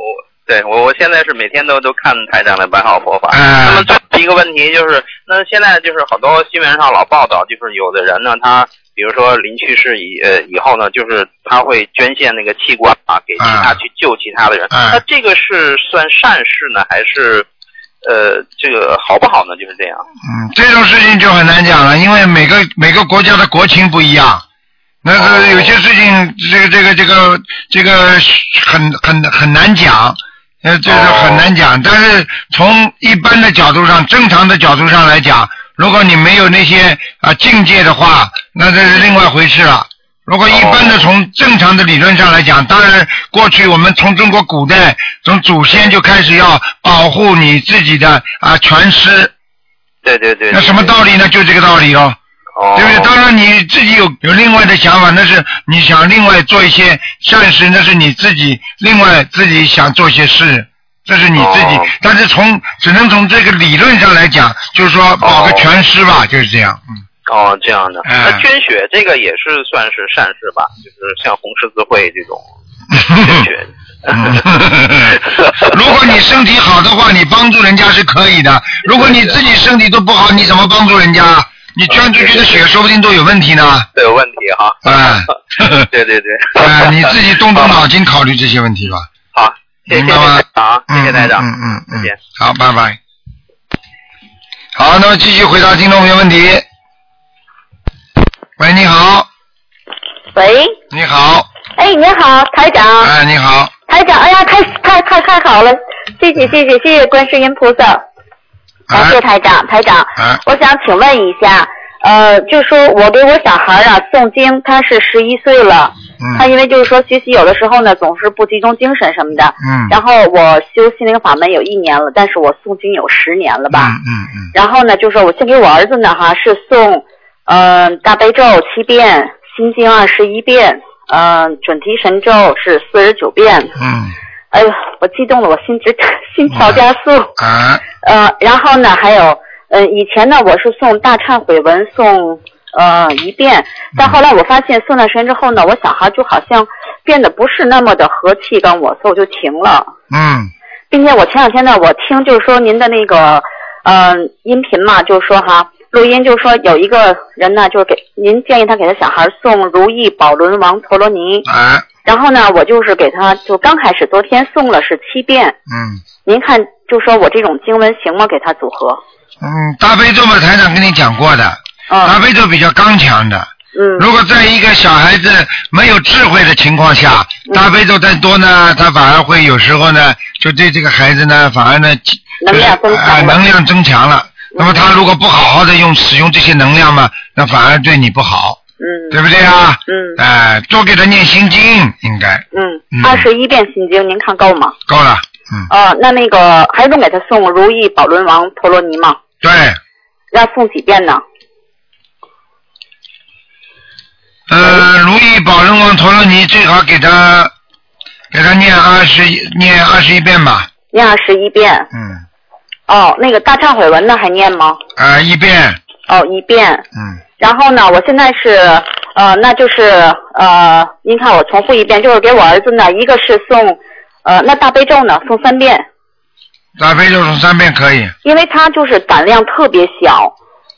H: 对我我现在是每天都都看台长的白话佛法。那
B: 啊
H: 么，最后一个问题就是，那现在就是好多新闻上老报道，就是有的人呢，他比如说临去世以呃以后呢，就是他会捐献那个器官啊，给其他
B: 啊
H: 去救其他的人。
B: 啊
H: 那这个是算善事呢，还是呃这个好不好呢？就是这样。
B: 嗯，这种事情就很难讲了，因为每个每个国家的国情不一样。那
H: 哦
B: 个有些事情，这个这个这个这个很很很难讲，呃，这个
H: 哦
B: 很难讲。但是从一般的角度上，正常的角度上来讲，如果你没有那些啊境界的话，那这是另外回事了。如果一般的
H: 哦
B: 从正常的理论上来讲，当然过去我们从中国古代从祖先就开始要保护你自己的啊全尸，
H: 对对对。
B: 那什么道理呢？就这个道理哦，
H: 哦，
B: 对不对？当然你自己有有另外的想法，那是你想另外做一些善事，那是你自己另外自己想做些事，这是你自己。
H: 哦
B: 但是从只能从这个理论上来讲，就是说保个
H: 哦
B: 全尸吧，就是这样。嗯，
H: 哦，这样的。
B: 哎
H: 那捐血这个也是算是善事吧？就是像红十字会这种捐血。
B: 如果你身体好的话，你帮助人家是可以的。如果你自己身体都不好，你怎么帮助人家？你捐出去的血说不定都有问题呢。
H: 都有问题哈。
B: 哎
H: 对对对。
B: 哎，你自己动 动脑筋考虑这些问题吧。
H: 好，谢 谢
B: 明白吗
H: 台长，啊谢谢台长。
B: 嗯嗯嗯，
H: 再见
B: 嗯好，拜拜。好，那么继续回答听众朋友问题。喂，你好，
I: 喂，
B: 你好，
I: 哎，你好，台长，
B: 哎，你好，
I: 台长，哎呀，太太太太好了，谢谢谢谢谢谢观世音菩
B: 啊
I: 萨，感
B: 哎
I: 谢台长，台长，
B: 哎，
I: 我想请问一下，呃，就说我给我小孩啊诵经，他是十一岁了，他
B: 嗯
I: 因为就是说学习有的时候呢总是不集中精神什么的，
B: 嗯，
I: 然后我修心灵法门有一年了，但是我诵经有十年了吧，
B: 嗯嗯嗯
I: 然后呢，就说我先给我儿子呢哈，是送呃大悲咒七遍，心经二十一遍，呃准提神咒是四十九遍。
B: 嗯，
I: 哎呦，我激动的我心直 心跳加速。
B: 哎，
I: 呃，然后呢还有，呃以前呢我是送大忏悔文送呃一遍，但后来我发现送段时间之后呢，我小孩就好像变得不是那么的和气跟我，所以我就停了。
B: 嗯
I: 并且我前两天呢，我听就是说您的那个嗯、呃音频嘛，就是说哈录音，就是说有一个人呢，就是给您建议他给他小孩送如意宝轮王陀罗尼，
B: 哎，
I: 然后呢，我就是给他就刚开始昨天送了是七遍，
B: 嗯
I: 您看就说我这种经文行吗？给他组合，
B: 嗯，大悲咒嘛，台长跟你讲过的，大
I: 嗯
B: 悲咒比较刚强的。
I: 嗯
B: 如果在一个小孩子没有智慧的情况下，
I: 嗯
B: 大悲咒再多呢，他反而会有时候呢，就对这个孩子呢，反而呢，
I: 能量增强了
B: 啊、能量增强了。那么他如果不好好的用使用这些能量嘛，那反而对你不好，对
I: 嗯
B: 不对啊？
I: 嗯
B: 哎、多给他念心经应该嗯
I: 嗯，二十一遍心经，您看够吗？
B: 够了，嗯，
I: 哦，那那个还用给他送如意宝轮王陀罗尼吗？
B: 对，
I: 要送几遍呢？
B: 呃，如意宝轮王陀罗尼最好给他给他念二十念二十一遍吧，
I: 念二十一遍。
B: 嗯，
I: 哦，那个大忏悔文呢还念吗？
B: 啊、一遍，
I: 哦，一遍。
B: 嗯
I: 然后呢，我现在是呃，那就是呃，您看我重复一遍，就是给我儿子呢，一个是送呃，那大悲咒呢送三遍，
B: 大悲咒诵三遍可以，
I: 因为他就是胆量特别小，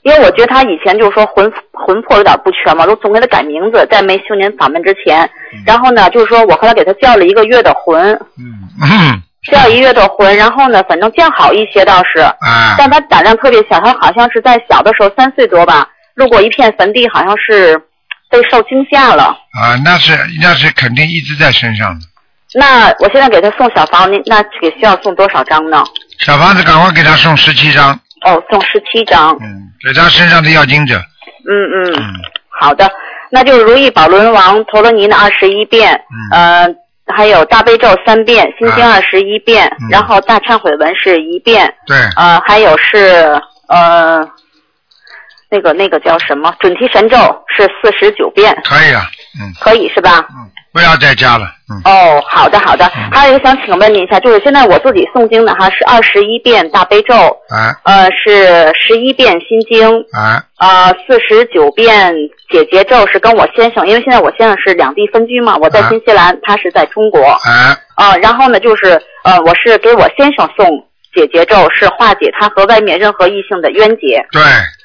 I: 因为我觉得他以前就是说魂魂魄有点不全嘛，我总给他改名字，在没修您法门之前，然后呢，就是说我后来给他叫了一个月的魂，
B: 嗯，
I: 叫一个月的魂，然后呢，反正降好一些倒是，
B: 啊，
I: 但他胆量特别小，他好像是在小的时候三岁多吧，路过一片坟地，好像是被受惊吓了。
B: 啊，那是那是肯定一直在身上的。
I: 那我现在给他送小房，您那给需要送多少张呢？
B: 小房子，赶快给他送十七张，
I: 哦，送十七张。
B: 嗯，给他身上的要经者，
I: 嗯嗯，
B: 嗯，
I: 好的，那就是如意宝轮王陀罗尼的二十一遍，嗯、呃，还有大悲咒三遍，心经
B: 啊
I: 二十一遍，
B: 嗯
I: 然后大忏悔文是一遍，
B: 对，
I: 呃，还有是呃，那个那个叫什么准提神咒是四十九遍，
B: 可以了，嗯，
I: 可以是吧？
B: 不要再加了，嗯，
I: 哦，好的好的。还有一个想请问您一下，就是现在我自己诵经的哈是二十一遍大悲咒，
B: 啊
I: 呃是十一遍心经，
B: 啊，
I: 呃，四十九遍解结咒是跟我先生，因为现在我先生是两地分居嘛，我在
B: 啊
I: 新西兰，他是在中国。
B: 啊，
I: 呃，然后呢，就是呃，我是给我先生送解结咒，是化解他和外面任何异性的冤结。
B: 对，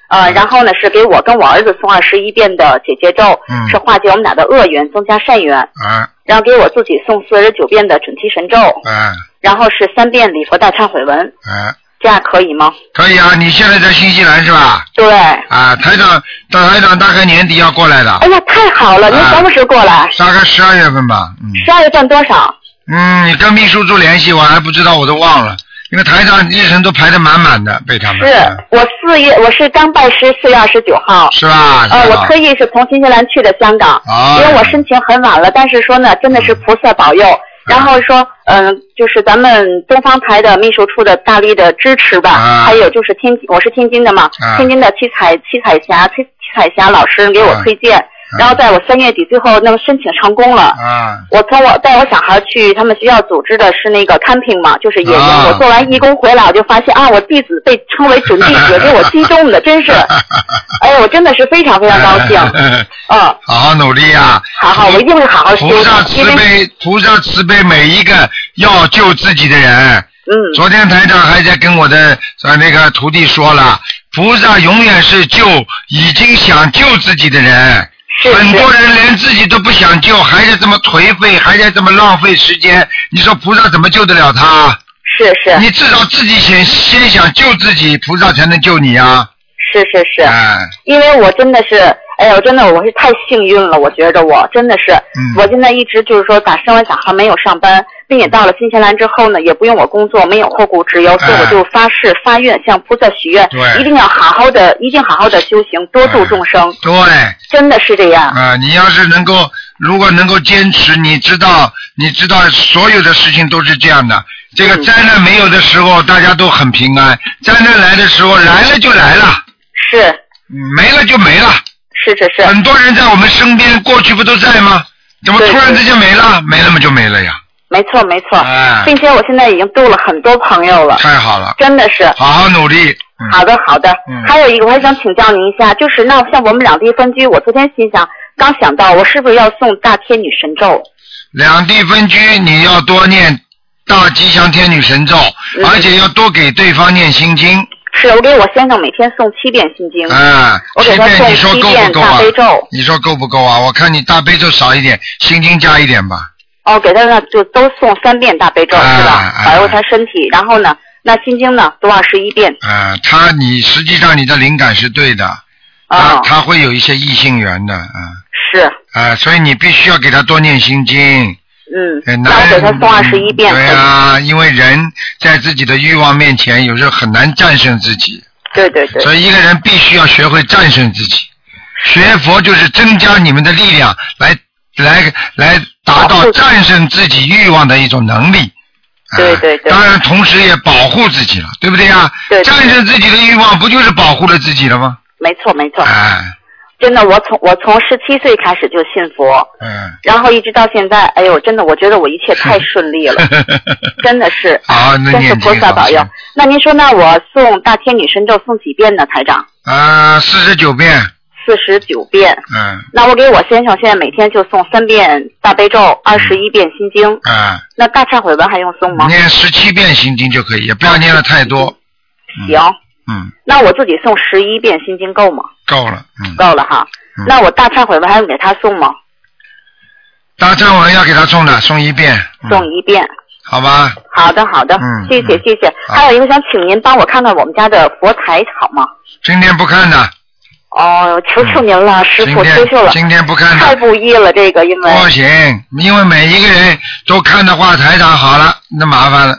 I: 呃，然后呢，是给我跟我儿子送二十一遍的解结咒，
B: 嗯
I: 是化解我们俩的恶缘，增加善缘。
B: 啊
I: 然后给我自己送四十九遍的准提神咒，
B: 啊
I: 然后是三遍礼佛大忏悔文，
B: 啊，
I: 这样可以吗？
B: 可以啊，你现在在新西兰是吧？
I: 对。
B: 啊，台长，大台长大概年底要过来的
I: 哎，呀，太好了！您
B: 啊
I: 什么时候过来？
B: 大概十二月份吧，嗯
I: 十二月份多少？
B: 嗯，你跟秘书处联系，我还不知道，我都忘了，因为台长日程都排得满满的，被他们
I: 是我四月，我是刚拜师，四月二十九号。
B: 是吧？
I: 呃，
B: 啊是吧
I: 我特意是从新西兰去的香港，
B: 啊，嗯
I: 因为我申请很晚了，但是说呢，真的是菩萨保佑。然后说，嗯、就是咱们东方台的秘书处的大力的支持吧，
B: 啊
I: 还有就是天津，我是天津的嘛，
B: 啊
I: 天津的七彩七彩霞七七彩霞老师给我
B: 啊
I: 推荐，然后在我三月底最后那么申请成功了，
B: 啊
I: 我从我带我小孩去他们学校组织的是那个 camping 嘛，就是野营。
B: 啊
I: 我做完义工回来，我就发现啊，我弟子被称为准弟子，给我激动的， 真是，哎呀，我真的是非常非常高兴。嗯，
B: 好好努力啊！
I: 好好，我一定会好好修
B: 菩萨
I: 的，
B: 慈
I: 因为
B: 悲，菩萨慈悲，每一个要救自己的人。
I: 嗯
B: 昨天台长还在跟我的呃那个徒弟说了，菩萨永远是救已经想救自己的人。
I: 是
B: 很多
I: 是
B: 人连自己都不想救，还是这么颓废，还在这么浪费时间。你说菩萨怎么救得了他？
I: 是是
B: 你至少自己先先想救自己，菩萨才能救你啊！
I: 是是是，
B: 哎，
I: 因为我真的是，哎呀，我真的我是太幸运了，我觉着我真的是，
B: 嗯
I: 我现在一直就是说打生完小孩没有上班，并且到了新西兰之后呢，也不用我工作，没有后顾之忧，所以我就发誓发愿向菩萨许愿
B: 哎对，哎
I: 一定要好好的，一定好好的修行，多度众生，
B: 对。
I: 真的是这样。
B: 啊、你要是能够，如果能够坚持，你知道，你知道所有的事情都是这样的。这
I: 嗯
B: 个灾难没有的时候，大家都很平安；灾难来的时候，来了就来了，
I: 是
B: 嗯没了就没了。
I: 是是是，
B: 很多人在我们身边，过去不都在吗？怎么
I: 对
B: 突然之间没了？没了嘛就没了呀！
I: 没错没错，
B: 哎，
I: 并且我现在已经度了很多朋友了，
B: 太好了，
I: 真的是。
B: 好好努力。嗯、
I: 好的，好的。
B: 嗯
I: 还有一个，我还想请教您一下，就是那像我们两地分居，我昨天心想，刚想到我是不是要送大天女神咒？
B: 两地分居，你要多念大吉祥天女神咒，
I: 嗯
B: 而且要多给对方念心经。
I: 是我给我先生每天送七遍心经，
B: 啊，
I: 嗯我
B: 七
I: 给他
B: 遍
I: 送
B: 你说
I: 七
B: 够不
I: 遍
B: 够
I: 大
B: 啊
I: 悲？咒，
B: 你说够不够啊？我看你大悲咒少一点，心经加一点吧。
I: 哦，给他那就都送三遍大悲咒，
B: 哎
I: 是吧？
B: 哎
I: 保佑他身体。然后呢，那心经呢，读二十一遍。
B: 啊，他你实际上你的灵感是对的，他
I: 哦，
B: 他会有一些异性缘的啊
I: 是，
B: 啊，所以你必须要给他多念心经。
I: 嗯
B: 呃，
I: 那我
B: 男
I: 给他送二十一遍，
B: 对
I: 可以
B: 啊，因为人在自己的欲望面前，有时候很难战胜自己，
I: 对对对，
B: 所以一个人必须要学会战胜自己。学佛就是增加你们的力量，来来来达
I: 保
B: 到
I: 护自己
B: 战胜自己欲望的一种能力。啊
I: 对对对
B: 当然，同时也保护自己了，对不对呀？
I: 对对
B: 战胜自己的欲望，不就是保护了自己了吗？
I: 没错没错。
B: 哎，
I: 真的，我从我从十七岁开始就信佛，
B: 嗯，
I: 然后一直到现在，哎呦，真的，我觉得我一切太顺利 了，真的是，
B: 好，那
I: 真是
B: 念
I: 菩
B: 经
I: 萨保佑。那您说，那我送大天女神咒送几遍呢，台长？
B: 啊，四十九遍，
I: 四十九遍。
B: 嗯
I: 那我给我先生现在每天就诵三遍大悲咒，二十一遍心经。
B: 嗯，
I: 那大忏悔文还用诵吗？
B: 念十七遍心经就可以，也不要念的太多。
I: 行，
B: 嗯，
I: 那我自己诵十一遍心经够吗？
B: 够了。嗯，
I: 够了哈。
B: 嗯
I: 那我大忏悔文还用给他诵吗？
B: 大忏文要给他送的，送一遍，
I: 诵一遍。
B: 好吧？
I: 好的，好的，
B: 嗯
I: 谢谢，谢谢。还有一个想请您帮我看看我们家的佛台好吗？
B: 今天不看的，
I: 哦，求求您了，师
B: 嗯今
I: 傅，
B: 天
I: 求求了，
B: 今天不看的
I: 太不易了，这个因为
B: 不行，因为每一个人都看的话，台长好了，那麻烦了。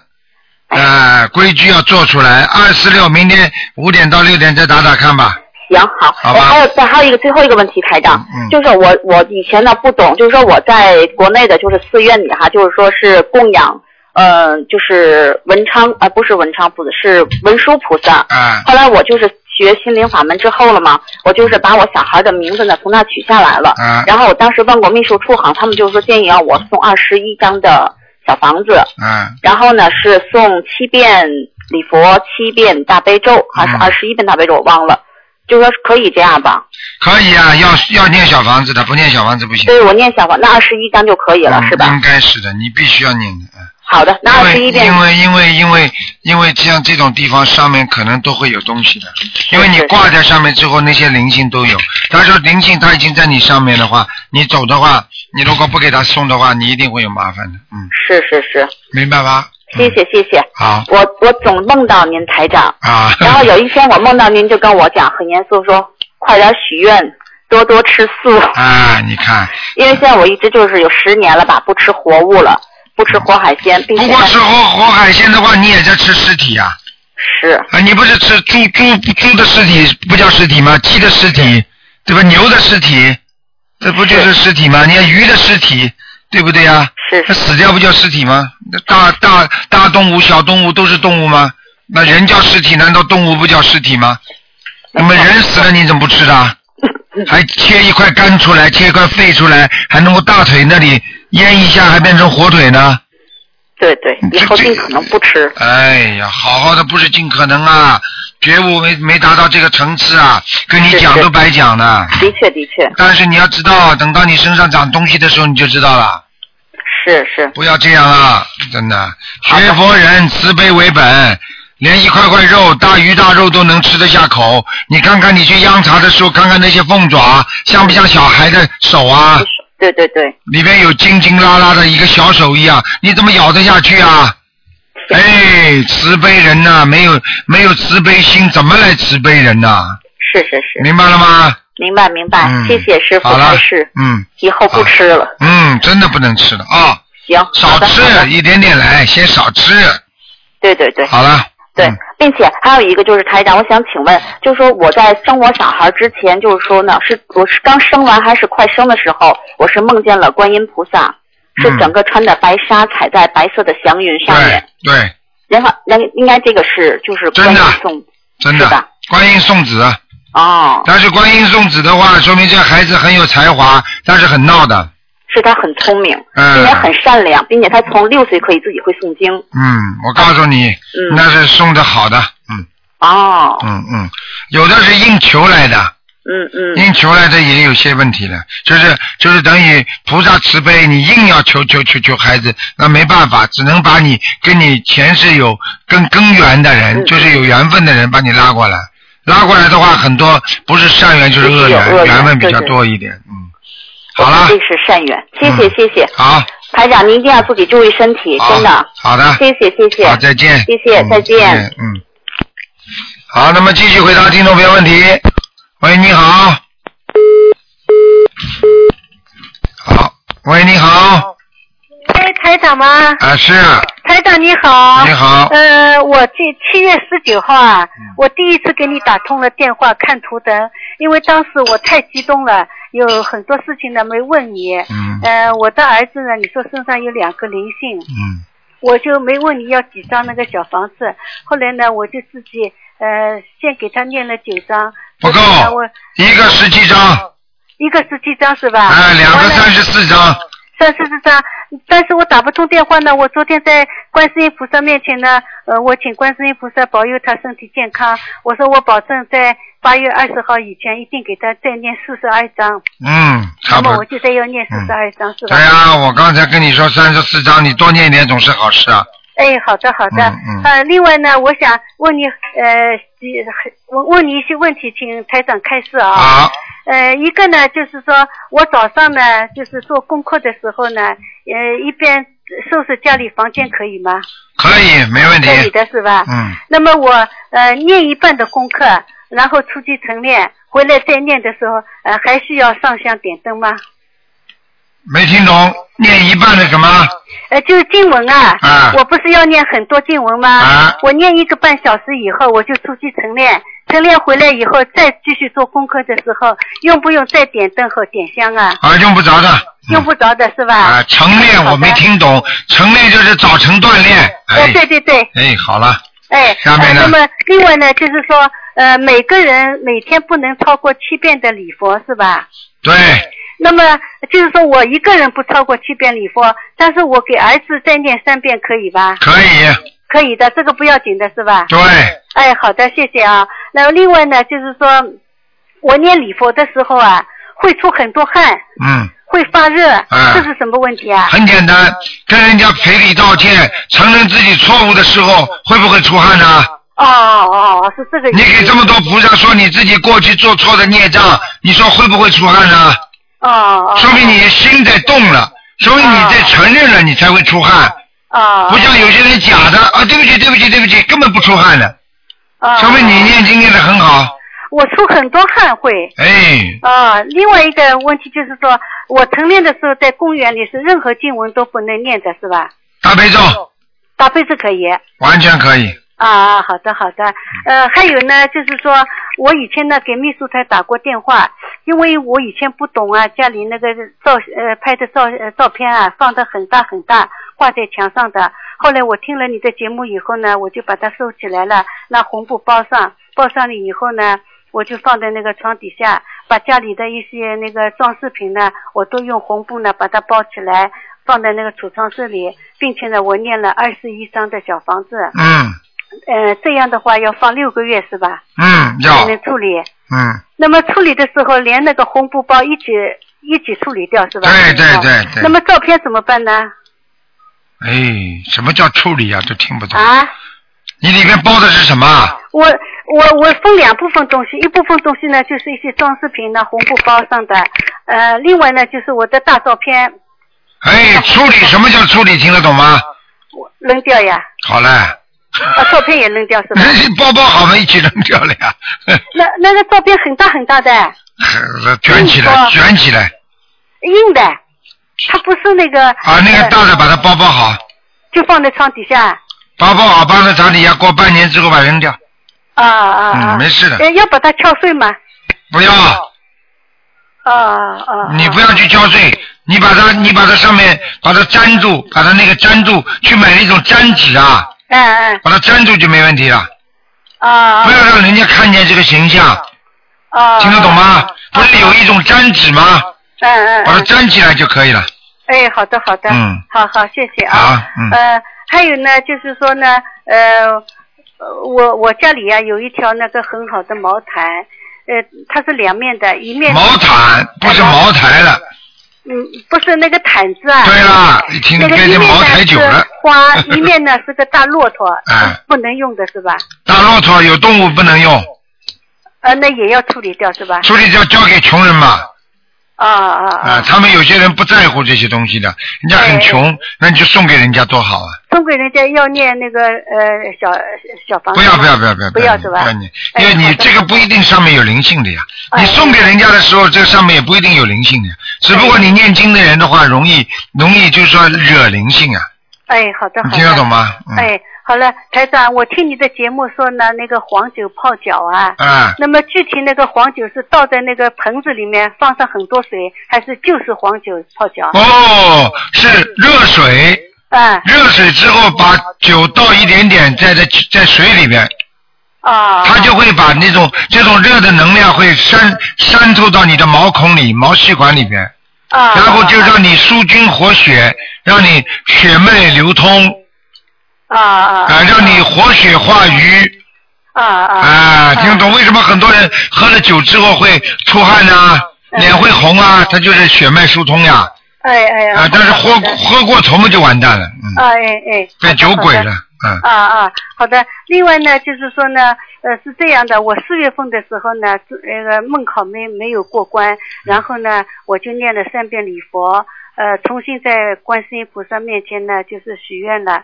I: 哎
B: 呃，规矩要做出来。二四六，明天五点到六点再打打看吧。
I: 行好，
B: 好吧
I: 哎还有再还有一个最后一个问题，台长，
B: 嗯嗯
I: 就是我我以前呢不懂，就是说我在国内的就是寺院里哈，就是说是供养，呃，就是文昌啊、不是文昌菩萨，是文殊菩萨。
B: 啊
I: 后来我就是学心灵法门之后了嘛，我就是把我小孩的名字呢从那取下来了。
B: 嗯啊
I: 然后我当时问过秘书处，好像他们就是说建议让我送二十一张的小房子，
B: 嗯
I: 然后呢是送七遍礼佛，七遍大悲咒，还是
B: 嗯
I: 二十一遍大悲咒，我忘了。就说可以这样吧，
B: 可以啊，要要念小房子的，不念小房子不行。
I: 对我念小房，那二十一张就可以了，是
B: 嗯
I: 吧
B: 应？该是的，你必须要念的。嗯
I: 好的，那二十一遍
B: 因为因为因为因为因为像这种地方上面可能都会有东西的，因为你挂在上面之后，那些灵性都有。他说灵性它已经在你上面的话，你走的话，你如果不给他送的话，你一定会有麻烦的。嗯，
I: 是是是，
B: 明白吧？
I: 谢谢谢谢。
B: 好
I: 我我总梦到您台长，
B: 啊，
I: 然后有一天我梦到您就跟我讲，很严肃说，快点许愿，多多吃素，
B: 啊，你看，
I: 因为现在我一直就是有十年了吧，不吃活物了，不吃活海鲜，并
B: 不
I: 且
B: 过吃活活海鲜的话，你也在吃尸体呀、
I: 是
B: 啊，你不是吃猪猪猪的尸体不叫尸体吗？鸡的尸体，对吧？牛的尸体，这不就是尸体吗？你看鱼的尸体，对不对呀、
I: 是
B: 那死掉不叫尸体吗？那大大大动物、小动物都是动物吗？那人叫尸体，难道动物不叫尸体吗？那么人死了你怎么不吃的啊？还切一块肝出来，切一块肺出来，还能够大腿那里腌一下，还变成火腿呢？嗯
I: 对对，以后尽可能不吃。
B: 哎呀，好好的不是尽可能啊，觉悟没没达到这个层次啊，跟你
I: 是
B: 讲
I: 是
B: 都白讲的。
I: 的确的确，
B: 但是你要知道，等到你身上长东西的时候，你就知道了。
I: 是是
B: 不要这样啊，真的，学佛人慈悲为本，连一块块肉、大鱼大肉都能吃得下口。你看看你去央茶的时候，看看那些凤爪，像不像小孩的手啊？
I: 对对对，
B: 里边有筋筋拉拉的一个小手一样，你怎么咬得下去啊？哎，慈悲人呐、没有没有慈悲心，怎么来慈悲人呐、
I: 是是是，
B: 明白了吗？
I: 明白明白
B: 嗯，
I: 谢谢师傅
B: 好了
I: 开示，
B: 嗯
I: 以后不吃了。
B: 嗯，真的不能吃了啊、
I: 行，
B: 少
I: 好的好
B: 吃
I: 的
B: 一点点来，先少吃。
I: 对对对
B: 好了，
I: 对
B: 嗯，
I: 并且还有一个就是台长，我想请问，就是说我在生我小孩之前，就是说呢，是我是刚生完还是快生的时候，我是梦见了观音菩萨，是
B: 嗯
I: 整个穿的白纱，踩在白色的祥云上面
B: 对。对，
I: 然后，那应该这个是就是观
B: 真
I: 音
B: 的
I: 送
B: 真
I: 是吧
B: 的，观音送子，
I: 哦，
B: 但是观音送子的话，说明这孩子很有才华，但是很闹的。
I: 是他很聪明，
B: 嗯
I: 并且很善良，并且他从六岁可以自己会诵经。
B: 嗯，我告诉你，
I: 嗯
B: 那是送的好的，嗯。
I: 哦，
B: 嗯，嗯，有的是硬求来的，
I: 嗯嗯，
B: 硬求来的也有些问题了，就是就是等于菩萨慈悲，你硬要求求求求孩子，那没办法，只能把你跟你前世有跟根源的人，
I: 嗯
B: 就是有缘分的人把你拉过来，拉过来的话，很多不是善缘就是
I: 就是
B: 恶
I: 有恶缘
B: 缘，缘分比
I: 对
B: 较
I: 对
B: 多一点，嗯，好了
I: 这，是善缘，谢谢
B: 嗯
I: 谢谢，
B: 好，
I: 台长您一定要自己注意身体，
B: 好
I: 真的。
B: 好的，
I: 谢谢谢谢，
B: 好，再见。
I: 谢谢
B: 嗯
I: 再见。
B: 嗯。好，那么继续回答听众朋友问题。喂，你好。好，喂，你好。
J: 哎，台长吗？
B: 啊，是，
J: 台长你好。
B: 你好。嗯
J: 呃，我这七月十九号啊，我第一次给你打通了电话看图腾，因为当时我太激动了，有很多事情呢没问你。
B: 嗯
J: 呃，我的儿子呢，你说身上有两个灵性，
B: 嗯
J: 我就没问你要几张那个小房子。后来呢，我就自己呃先给他念了九张。
B: 不够
J: 后来呢我
B: 一个十七张，
J: 一个十七张是吧？
B: 哎，两个
J: 完了
B: 三十四张，
J: 三十四张，但是我打不通电话呢。我昨天在观世音菩萨面前呢，呃，我请观世音菩萨保佑他身体健康。我说我保证在八月二十号以前一定给他再念四十二章。
B: 嗯，
J: 那
B: 好吧
J: 么。我就得要念四十二章，是吧？
B: 对啊呀、我刚才跟你说三十四章，你多念一点总是好事啊。
J: 哎，好的好的，
B: 嗯嗯
J: 呃，另外呢，我想问你，呃，几问问你一些问题，请台长开示啊。
B: 好。
J: 呃，一个呢，就是说我早上呢，就是做功课的时候呢，呃，一边收拾家里房间可以吗？
B: 可
K: 啊
B: 以，没问题。
J: 可以的是吧？
B: 嗯。
J: 那么我呃念一半的功课，然后出去晨练，回来再念的时候，呃，还需要上香点灯吗？
B: 没听懂，念一半的什么？
J: 呃，就是经文啊，我不是要念很多经文吗？
B: 啊
J: 我念一个半小时以后，我就出去晨练，晨练回来以后再继续做功课的时候，用不用再点灯和点香啊？
B: 啊，用不着的。
J: 用不着的是吧？
B: 啊，晨练我没听懂，晨练就是早晨锻炼。哎
J: 哦，，对对对，
B: 哎，好了，
J: 哎，
B: 下面呢
J: 呃那么另外呢，就是说，呃，每个人每天不能超过七遍的礼佛是吧？
B: 对，
J: 那么呃就是说我一个人不超过七遍礼佛，但是我给儿子再念三遍可以吧？
B: 可以，
J: 可以的，这个不要紧的是吧？
B: 对，
J: 哎，好的，谢谢啊。那么另外呢，就是说我念礼佛的时候啊，会出很多汗，
B: 嗯，
J: 会发热，
B: 嗯
J: 这是什么问题啊？
B: 很简单，跟人家赔礼道歉，承认自己错误的时候，会不会出汗呢、
J: 哦哦，哦是这个意
B: 你
J: 思。
B: 给这么多菩萨说你自己过去做错的孽障，你说会不会出汗呢、
J: 嗯哦
B: 说明你心在动了，说明你在承认了，你才会出汗。
J: 啊，
B: 不像有些人假的啊，对不起，对不起，对不起，根本不出汗的，
J: 啊，
B: 说明你念经念得很好。
J: 我出很多汗会。
B: 哎，
J: 啊，另外一个问题就是说，我晨练的时候在公园里是任何经文都不能念的，是吧？
B: 大悲咒
J: 大悲咒可以。
B: 完全可以。
J: 啊，好的好的，呃，还有呢，就是说我以前呢给秘书台打过电话，因为我以前不懂啊，家里那个照呃拍的照呃照片啊放的很大很大，挂在墙上的。后来我听了你的节目以后呢，我就把它收起来了，拿红布包上，包上了以后呢，我就放在那个床底下，把家里的一些那个装饰品呢，我都用红布呢把它包起来，放在那个储藏室里，并且呢，我念了二十一章的小房子。
B: 嗯
J: 呃，这样的话要放六个月是吧？
B: 嗯，
J: 才
B: 要
J: 能处理。
B: 嗯，
J: 那么处理的时候连那个红布包一起一起处理掉是吧？
B: 对对
J: 哦
B: 对对
J: 那么照片怎么办呢？
B: 哎，什么叫处理啊？都听不懂。
J: 啊，
B: 你里面包的是什么啊？
J: 我我我分两部分东西，一部分东西呢就是一些装饰品呢，红布包上的，呃，另外呢就是我的大照片
B: 哎，处理什么叫处理？听得懂吗？
J: 扔掉呀，
B: 好了，
J: 啊，照片也扔掉是吧？
B: 包包好了，一起扔掉了呀，
J: 那那个照片很大很大的，
B: 卷起来，卷起来
J: 硬的，它不是那个
B: 啊！那个大的把它包包好，
J: 就放在床底下。
B: 包包好，放在厂底下，过半年之后把它扔掉。
J: 啊啊啊！
B: 嗯没事的
J: 呃要把它敲碎吗？
B: 不要，
J: 啊啊！
B: 你不要去敲碎，你把它，你把它上面把它粘住，把它那个粘住，去买那种粘纸啊，
J: 嗯嗯
B: 把它粘住就没问题了。
J: 啊
B: 不要让人家看见这个形象，
J: 啊！
B: 听得懂吗？不是有一种粘纸吗？
J: 嗯嗯
B: 把它
J: 嗯。
B: 粘起来就可以了。
J: 哎，好的好的。
B: 嗯。
J: 好好，谢谢
B: 好
J: 啊。，
B: 嗯。
J: 呃，还有呢，就是说呢，呃，呃我我家里呀、有一条那个很好的毛毯，呃，它是两面的，一面。
B: 毛毯哎不
J: 啊
B: 是茅台了，
J: 嗯，不是那个毯子啊。
B: 对啦，一听
J: 那个
B: 变
J: 一
B: 成
J: 面
B: 茅台
J: 呢
B: 酒
J: 是
B: 了。
J: 花，一面呢是个大骆驼，
B: 哎，
J: 不能用的是吧？
B: 大骆驼有动物不能用，
J: 呃，那也要处理掉是吧？
B: 处理掉交给穷人嘛。
J: 啊啊啊！
B: 啊，他们有些人不在乎这些东西的，人家很穷，那你就送给人家多好啊！
J: 送给人家要念那个呃小小房子
B: 不
J: 吗。
B: 要不要不要不要
J: 不要是吧？
B: 不要你，因为你这个不一定上面有灵性的呀。
J: 哎
B: 你送给人家的时候，这上面也不一定有灵性的呀，只不过你念经的人的话，容易容易就是说惹灵性啊，
J: 哎，好的好
B: 你
J: 的。
B: 听得懂吗？嗯，
J: 哎，好了，台长，我听你的节目说呢，那个黄酒泡脚啊，
B: 啊，
J: 那么具体那个黄酒是倒在那个盆子里面放上很多水，还是就是黄酒泡脚？
B: 哦，是热水。
J: 嗯，
B: 热水之后把酒倒一点点在这在水里边，
J: 啊，
B: 它就会把那种这种热的能量会渗渗透到你的毛孔里、毛细管里边，
G: 啊
B: 然后就让你舒筋活血，让你血脉流通，
G: 啊啊
B: 啊，让你活血化瘀。啊啊！啊，听懂为什么很多人喝了酒之后会出汗呐、脸会红啊？它就是血脉疏通呀。
G: 哎哎呀
B: 啊，但是喝
G: 好的
B: 喝过头嘛就完蛋了，嗯，
J: 啊哎哎，
B: 变酒鬼了，嗯。
J: 啊啊，好的。另外呢，就是说呢，呃，是这样的，我四月份的时候呢，自那个、梦考没没有过
B: 嗯
J: 关，然后呢，我就念了三遍礼佛，呃，重新在观世音菩萨面前呢，就是许愿了。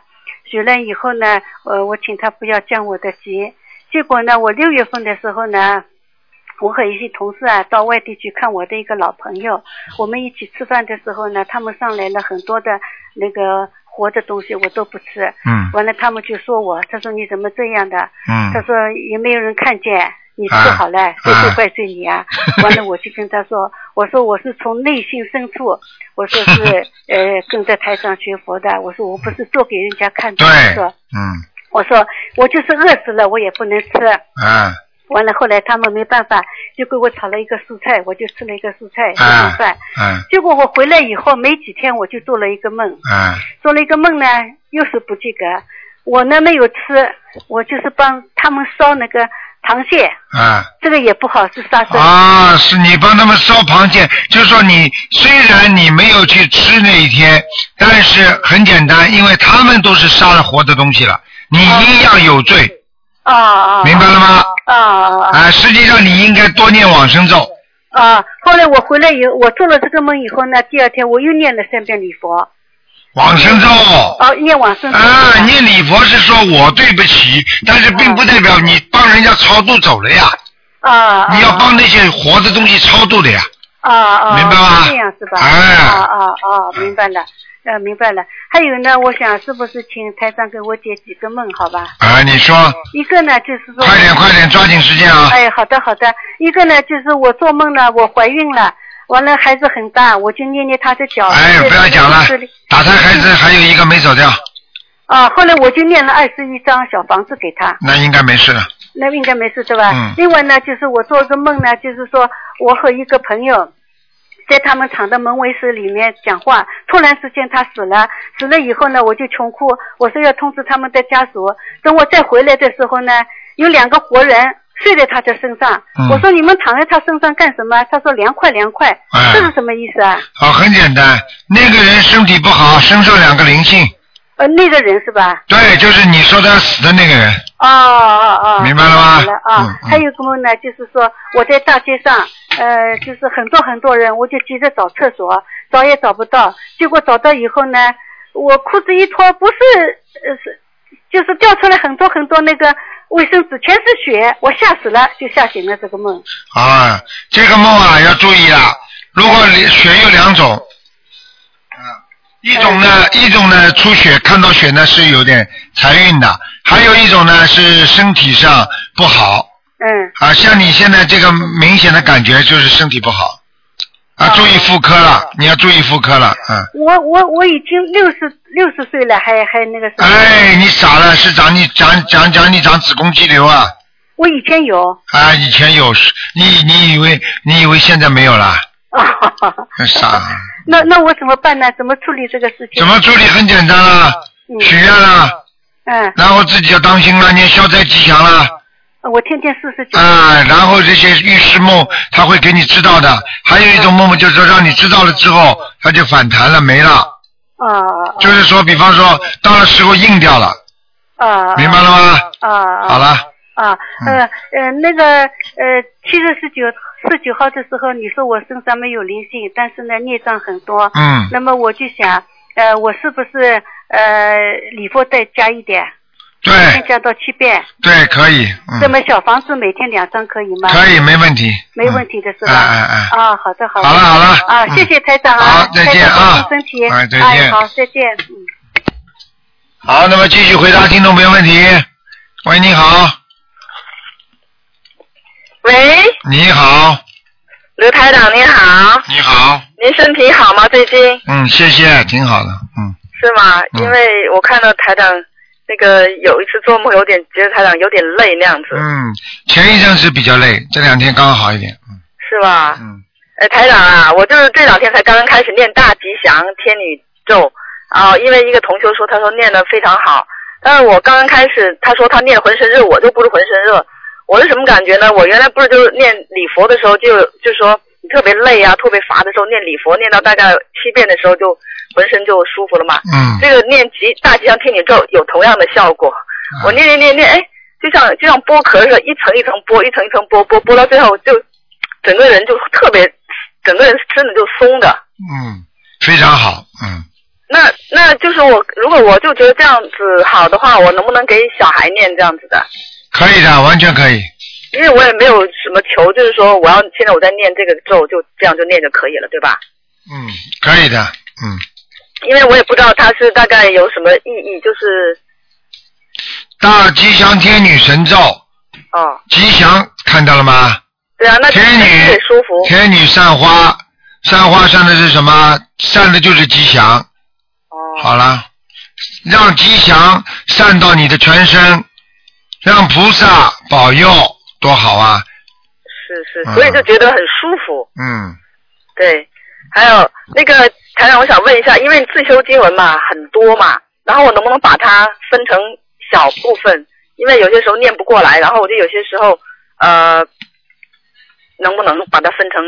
J: 许了以后呢，呃，我请他不要降我的劫。结果呢，我六月份的时候呢，我和一些同事啊到外地去看我的一个老朋友，我们一起吃饭的时候呢，他们上来了很多的那个活的东西，我都不吃。
B: 嗯
J: 完了，他们就说我，他说你怎么这样的？
B: 嗯
J: 他说也没有人看见，你吃
G: 啊
J: 好了，谁
G: 啊
J: 会怪罪你啊？完了，我就跟他说，我说我是从内心深处，我说是呃跟着台上学佛的，我说我不是做给人家看的，我说
B: 嗯
J: 我说我就是饿死了，我也不能吃。
B: 啊
J: 完了，后来他们没办法，就给我炒了一个蔬菜，我就吃了一个蔬菜一顿
B: 啊
J: 饭。
B: 啊
J: 结果我回来以后没几天，我就做了一个梦，
B: 啊
J: 做了一个梦呢，又是不及格。我呢没有吃，我就是帮他们烧那个螃蟹，
B: 啊！
J: 这个也不好，是杀生。
B: 啊，是你帮他们烧螃蟹，就是说你虽然你没有去吃那一天，但是很简单，因为他们都是杀了活的东西了，你一样有罪。
J: 啊啊！
B: 明白了吗？
J: 啊啊
B: 啊，实际上你应该多念往生咒。
J: 啊！后来我回来以后，我做了这个梦以后呢，第二天我又念了三遍礼佛。
B: 往生咒
J: 哦，念往生咒。
B: 啊，念礼佛是说我对不起，但是并不代表你帮人家超度走了呀。
J: 啊。
B: 你要帮那些活的东西超度的呀。
J: 啊啊，
B: 明白哎吗
J: 是这样是吧？啊啊啊，明白了，呃，明白了。还有呢，我想是不是请台长给我解几个梦，好吧？
B: 啊，你说
J: 一个呢就是说，
B: 快点快点抓紧时间啊
J: 哎，好的好的。一个呢就是我做梦呢，我怀孕了，完了孩子很大，我就捏捏他的脚。哎，不要讲了。
B: 打胎孩子还有一个没走掉，
J: 啊，后来我就念了二十一张小房子给他，
B: 那应该没事了。
J: 那应该没事对吧？
B: 嗯
J: 另外呢，就是我做个梦呢，就是说我和一个朋友。在他们厂的门卫室里面讲话，突然之间他死了，死了以后呢，我就穷哭，我说要通知他们的家属。等我再回来的时候呢，有两个活人睡在他的身上，
B: 嗯
J: 我说你们躺在他身上干什么？他说凉快凉快，
B: 哎
J: 这是什么意思啊？
B: 好，哦很简单，那个人身体不好，身上两个灵性，
J: 呃，那个人是吧？
B: 对，就是你说他死的那个人，
J: 哦哦哦，
B: 明白了吗
J: 好了啊，
B: 嗯嗯
J: 还有什么呢？就是说我在大街上，呃，就是很多很多人，我就急着找厕所，找也找不到，结果找到以后呢，我裤子一脱，不是呃是，就是掉出来很多很多那个卫生纸，全是血，我吓死了，就吓醒了这个梦。
B: 啊，这个梦啊要注意了。如果你血有两种，啊一种呢，一种呢出血，看到血呢是有点财运的，还有一种呢是身体上不好。
J: 嗯。
B: 啊，像你现在这个明显的感觉就是身体不好，啊，注意妇科了，你要注意妇科了，嗯。
J: 我我我已经六十六十岁了，还还那个什么？
B: 哎，你傻了，是长你长长长你长子宫肌瘤啊
J: 我以前有。
B: 啊！以前有，你你以为你以为现在没有啦？傻，
J: 那那我怎么办呢？怎么处理这个事情？
B: 怎么处理很简单啦，许愿啦，
J: 嗯，
B: 然后自己要当心啦，念消灾吉祥啦。
J: 我天天四十九。嗯
B: 啊，然后这些预示梦他会给你知道的，还有一种梦就是说让你知道了之后，它就反弹了，没了。
J: 嗯啊
B: 就是说，比方说到了时候硬掉了，
J: 啊，
B: 明白了吗？
J: 啊，
B: 好了，嗯
J: 啊，呃呃，那个呃，七月十九十九号的时候，你说我身上没有灵性，但是呢，孽障很多。
B: 嗯
J: 那么我就想，呃，我是不是呃礼佛再加一点？
B: 对。
J: 先加到七遍。
B: 对，可以，
J: 这
B: 嗯，
J: 么小房子每天两张可以吗？
B: 可以，没问题。
J: 没问题的是吧？
B: 哎哎哎
J: 啊，好的好的。
B: 好了好了嗯
J: 啊，谢谢台长啊。
B: 好再见
J: 台
B: 啊
J: 长保重身体。
B: 哎再见
J: 哎好，再见。嗯。
B: 好，那么继续回答听众朋友问题。喂，你好，
C: 喂，
B: 你好，
C: 刘台长您好，
B: 你好，
C: 您身体好吗？最近
B: 嗯，谢谢，挺好的，嗯，
C: 是吗？
B: 嗯
C: 因为我看到台长那个有一次做梦，有点觉得台长有点累那样子，
B: 嗯，前一阵是比较累，这两天刚好一点，
C: 是吧？
B: 嗯。
C: 呃，台长啊，我就是这两天才刚刚开始念大吉祥天女咒啊，因为一个同学说，他说念的非常好，但是我刚刚开始，他说他念浑身热，我就不是浑身热，我是什么感觉呢？我原来不是就是念礼佛的时候就就说你特别累啊，特别乏的时候念礼佛，念到大概七遍的时候就浑身就舒服了嘛。
B: 嗯
C: 这个念吉大吉祥天女咒有同样的效果，我念念念念，哎，就像就像剥壳似的，一层一层剥，一层一层剥，剥剥到最后就整个人就特别，整个人真的就松的。
B: 嗯，非常好，嗯，
C: 那那就是我，如果我就觉得这样子好的话，我能不能给小孩念这样子的？
B: 可以的，完全可以。
C: 因为我也没有什么求，就是说我要现在我在念这个咒，就这样就念就可以了，对吧？
B: 嗯，可以的，嗯，
C: 因为我也不知道它是大概有什么意义，就是
B: 大吉祥天女神咒，
C: 哦，
B: 吉祥看到了吗？
C: 对啊，那
B: 天女
C: 也舒服。
B: 天女散花，散花散的是什么？散的就是吉祥。
C: 哦
B: 好了，让吉祥散到你的全身，让菩萨保佑，多好啊！
C: 是是，所以就觉得很舒服。
B: 嗯，
C: 对，还有那个台长，我想问一下，因为自修经文嘛很多嘛，然后我能不能把它分成小部分？因为有些时候念不过来，然后我就有些时候呃，能不能把它分成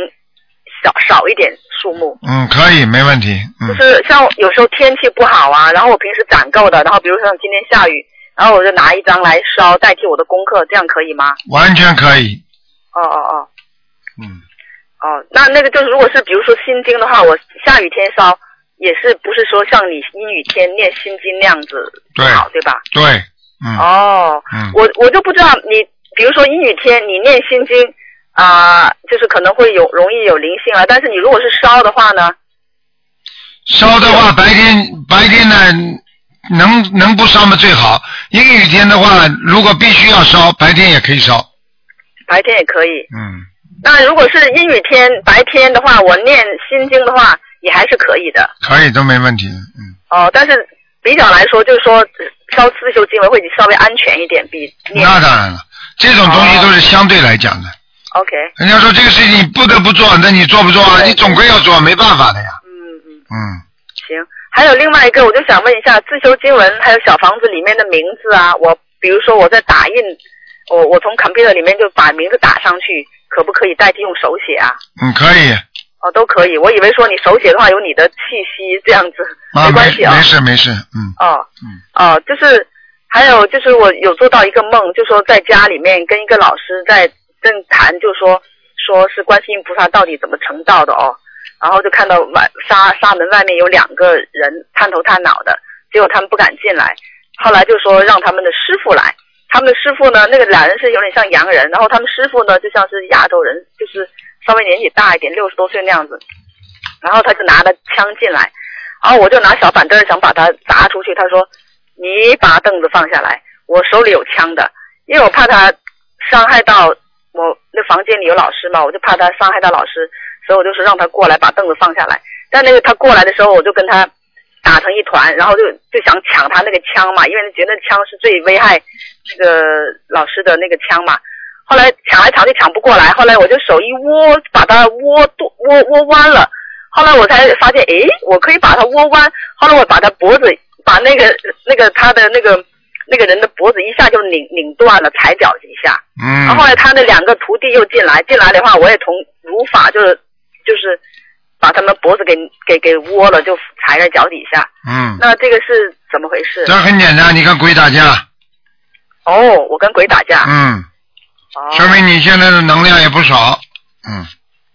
C: 小少一点数目？
B: 嗯，可以，没问题。嗯
C: 就，是像有时候天气不好啊，然后我平时攒够的，然后比如说像今天下雨，然后我就拿一张来烧代替我的功课，这样可以吗？
B: 完全可以。
C: 哦哦哦。
B: 嗯。
C: 哦，那那个就是，如果是比如说心经的话，我下雨天烧也是不是说像你阴雨天念心经那样子
B: 对
C: 好，对吧？
B: 对，嗯，
C: 哦，
B: 嗯
C: 我我就不知道你，比如说阴雨天你念心经啊、就是可能会有容易有灵性啊，但是你如果是烧的话呢，
B: 烧的话，白天白天呢，能能不烧吗？最好。阴雨天的话，如果必须要烧，白天也可以烧。
C: 白天也可以。
B: 嗯，
C: 那如果是阴雨天白天的话，我念心经的话也还是可以的。
B: 可以，都没问题。
C: 哦，但是比较来说，就是说呃烧刺绣经文会稍微安全一点，比念
B: 那当然了，这种东西都是相对来讲的。
C: OK。
B: 人家说这个事情你不得不做，那你做不做啊？你总归要做，没办法的呀。嗯嗯。
C: 行。还有另外一个，我就想问一下，自修经文还有小房子里面的名字啊，我比如说我在打印，我我从 computer 里面就把名字打上去，可不可以代替用手写啊？
B: 嗯，可以
C: 哦，都可以。我以为说你手写的话有你的气息这样子，
B: 啊，
C: 关系
B: 没
C: 啊。
B: 没事没事，嗯
C: 哦，哦，就是还有就是我有做到一个梦，就说在家里面跟一个老师在正谈，就说说是观世音菩萨到底怎么成道的哦，然后就看到外沙沙门外面有两个人探头探脑的，结果他们不敢进来，后来就说让他们的师傅来。他们的师傅呢，那个俩人是有点像洋人，然后他们师傅呢就像是亚洲人，就是稍微年纪大一点，六十多岁那样子。然后他就拿着枪进来，然后我就拿小板凳儿想把他砸出去。他说：“你把凳子放下来，我手里有枪的，因为我怕他伤害到我。那房间里有老师嘛，我就怕他伤害到老师，所以我就是让他过来把凳子放下来。但那个他过来的时候，我就跟他打成一团，然后就就想抢他那个枪嘛，因为觉得枪是最危害那个老师的那个枪嘛。后来抢来抢去抢不过来，后来我就手一窝把他窝多窝窝弯了。后来我才发现，诶，我可以把它窝弯。后来我把它脖子，把那个那个他的那个那个人的脖子一下就拧拧断了，踩脚一下。然
B: 嗯
C: 后后来他的两个徒弟又进来，进来的话，我也从如法就是就是把他们脖子给给给窝了，就踩在脚底下。
B: 嗯，
C: 那这个是怎么回事
B: 这？很简单，你跟鬼打架，
C: 哦，我跟鬼打架。
B: 嗯，
C: 哦
B: 说明你现在的能量也不少，嗯，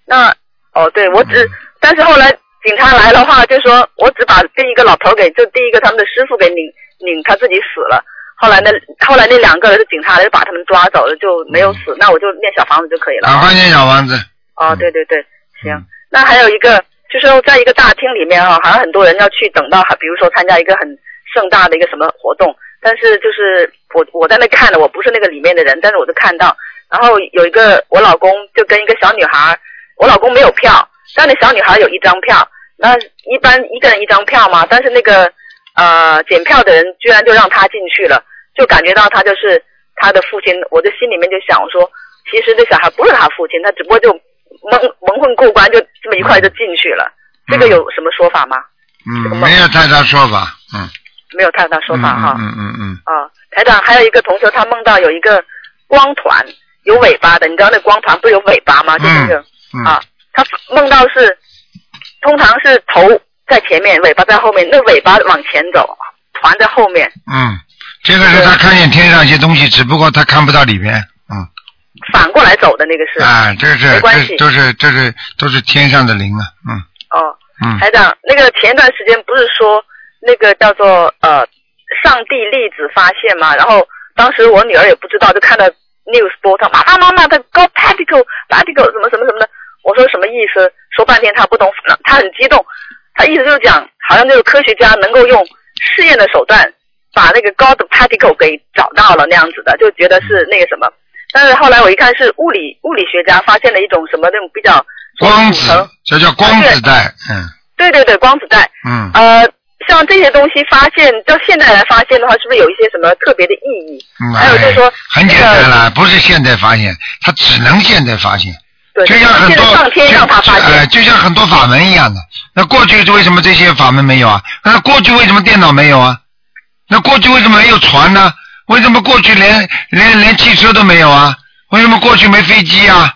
C: 那哦，对，我只，但是后来警察来的话，就说我只把第一个老头给，就第一个他们的师傅给拧拧，他自己死了。后来那后来那两个是警察来就把他们抓走了，就没有死。那我就念小房子就可以了。啊
B: 赶快念小王子，
C: 哦，对对对，行。那还有一个就是在一个大厅里面啊，好像很多人要去等到，比如说参加一个很盛大的一个什么活动，但是就是我我在那看的，我不是那个里面的人，但是我就看到，然后有一个我老公就跟一个小女孩，我老公没有票，但那小女孩有一张票，那一般一个人一张票嘛，但是那个呃检票的人居然就让她进去了，就感觉到她就是她的父亲，我就心里面就想说，其实这小孩不是他父亲，他只不过就蒙蒙混过关，就这么一块就进去了。这个有什么说法吗？
B: 嗯，没有太大说法，嗯，
C: 没有太大说法哈。
B: 嗯嗯嗯，
C: 啊，台长，还有一个同学他梦到有一个光团，有尾巴的，你知道那光团不是有尾巴吗？就是那个、
B: 嗯
C: 啊，他梦到是，通常是头在前面，尾巴在后面，那尾巴往前走，团在后面，
B: 嗯，这个是他看见天上一些东西，只不过他看不到里面，嗯，
C: 反过来走的那个是。
B: 啊，这
C: 没
B: 是
C: 关系
B: 这都是这是都是天上的灵啊，嗯
C: 哦，
B: 嗯
C: 台长，那个前一段时间不是说那个叫做呃上帝粒子发现嘛，然后当时我女儿也不知道，就看到 news 播她妈妈妈妈的 go particle particle 什么什么什么的，我说什么意思？说半天她不懂，她很激动，她意思就是讲，好像就是科学家能够用试验的手段把那个 God particle 给找到了那样子的，就觉得是那个什么。但是后来我一看是物理物理学家发现了一种什么那种比较
B: 光
C: 组成
B: 子，这叫光子带，嗯
C: 对对对，光子带。
B: 嗯，
C: 呃，像这些东西发现到现在来发现的话，是不是有一些什么特别的意义？
B: 嗯
C: 还有就是说
B: 哎很简单了，不是现在发现，他只能现在发现。
C: 对，
B: 就像很
C: 现在
B: 多
C: 上天让他发
B: 哎，
C: 现。
B: 就像很多法门一样的。那过去为什么这些法门没有啊？那过去为什么电脑没有啊？那过去为什么没有船呢？为什么过去连连连汽车都没有啊？为什么过去没飞机啊？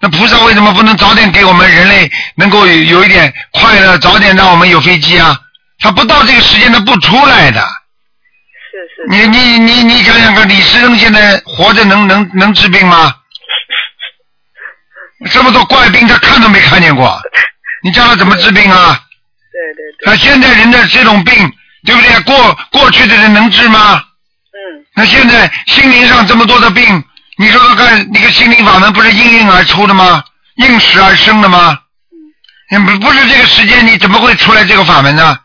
B: 那菩萨为什么不能早点给我们人类能够有有一点快乐，早点让我们有飞机啊？他不到这个时间，他不出来的。是是。你你你你想想看，李时珍现在活着能能能治病吗？这么多怪病，他看都没看见 过，你叫他怎么治病啊？对对对。那现在人的这种病，对不对？过过去的人能治吗？嗯。那现在心灵上这么多的病，你说说看，那个心灵法门不是应运而出的吗？应时而生的吗？嗯。不不是这个时间，你怎么会出来这个法门呢？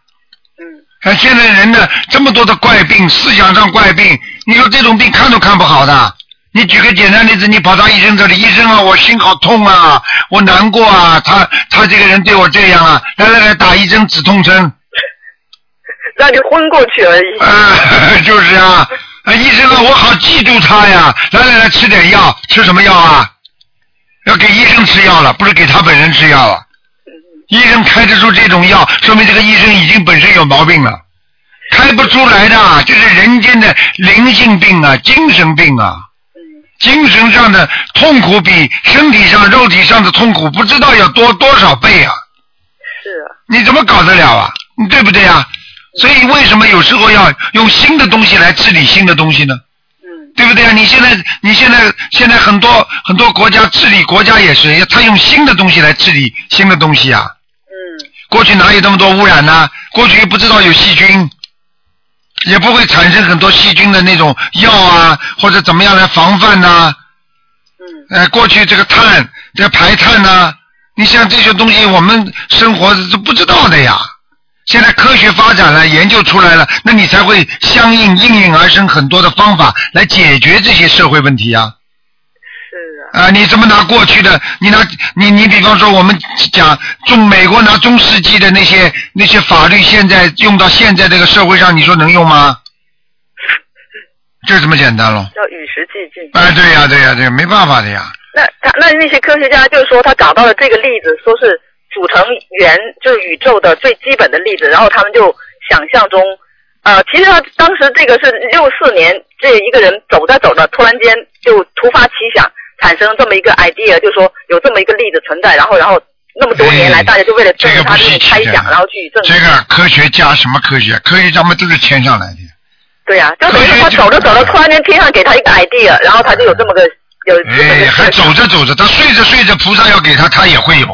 B: 嗯。那现在人的这么多的怪病，思想上怪病，你说这种病看都看不好的。你举个简单例子，你跑到医生这里，医生啊，我心好痛啊，我难过啊，他他这个人对我这样啊，来来来，打一针止痛 针，
C: 让你昏过去而已。
B: 啊， 就是啊，啊医生啊，我好嫉妒他呀，来来来，吃点药，吃什么药啊？要给医生吃药了，不是给他本人吃药了。医生开得出这种药，说明这个医生已经本身有毛病了，开不出来的啊，这是人间的灵性病啊，精神病啊。精神上的痛苦比身体上、肉体上的痛苦不知道要多多少倍啊！是啊。你怎么搞得了啊？你对不对啊？所以为什么有时候要用新的东西来治理新的东西呢？嗯。对不对啊？你现在你现在现在很多很多国家治理国家也是，他用新的东西来治理新的东西啊。嗯。过去哪有那么多污染呢、过去不知道有细菌。也不会产生很多细菌的那种药啊，或者怎么样来防范呐、嗯。呃，过去这个碳，这个排碳呐、你像这些东西，我们生活是不知道的呀。现在科学发展了，研究出来了，那你才会相应应运而生很多的方法来解决这些社会问题呀、啊是啊。你怎么拿过去的？你拿你你比方说，我们讲中美国拿中世纪的那些那些法律，现在用到现在这个社会上，你说能用吗？就这么简单喽。
C: 要与时俱进。
B: 哎，对呀、对呀、对呀、没办法的呀。
C: 那他那那些科学家就说他找到了这个粒子，说是组成原就是宇宙的最基本的粒子，然后他们就想象中，呃，其实他当时这个是六四年，这一个人走着走着，突然间就突发奇想，产生这么一个 idea，就说有这么一个粒子存在，然后然后那么多年来，
B: 哎
C: 大家就为了证明他
B: 这
C: 这
B: 个
C: 种
B: 不稀奇啊
C: 猜想，
B: 的
C: 然后去证明
B: 这。个科学家什么科学？科学家们都是签上来的。
C: 对呀、就等于说他走着走着，突然间天上给他一个 idea，然后他就有这么个有这么
B: 哎，
C: 个
B: 还走着走着，他睡着睡着，菩萨要给他，他也会有。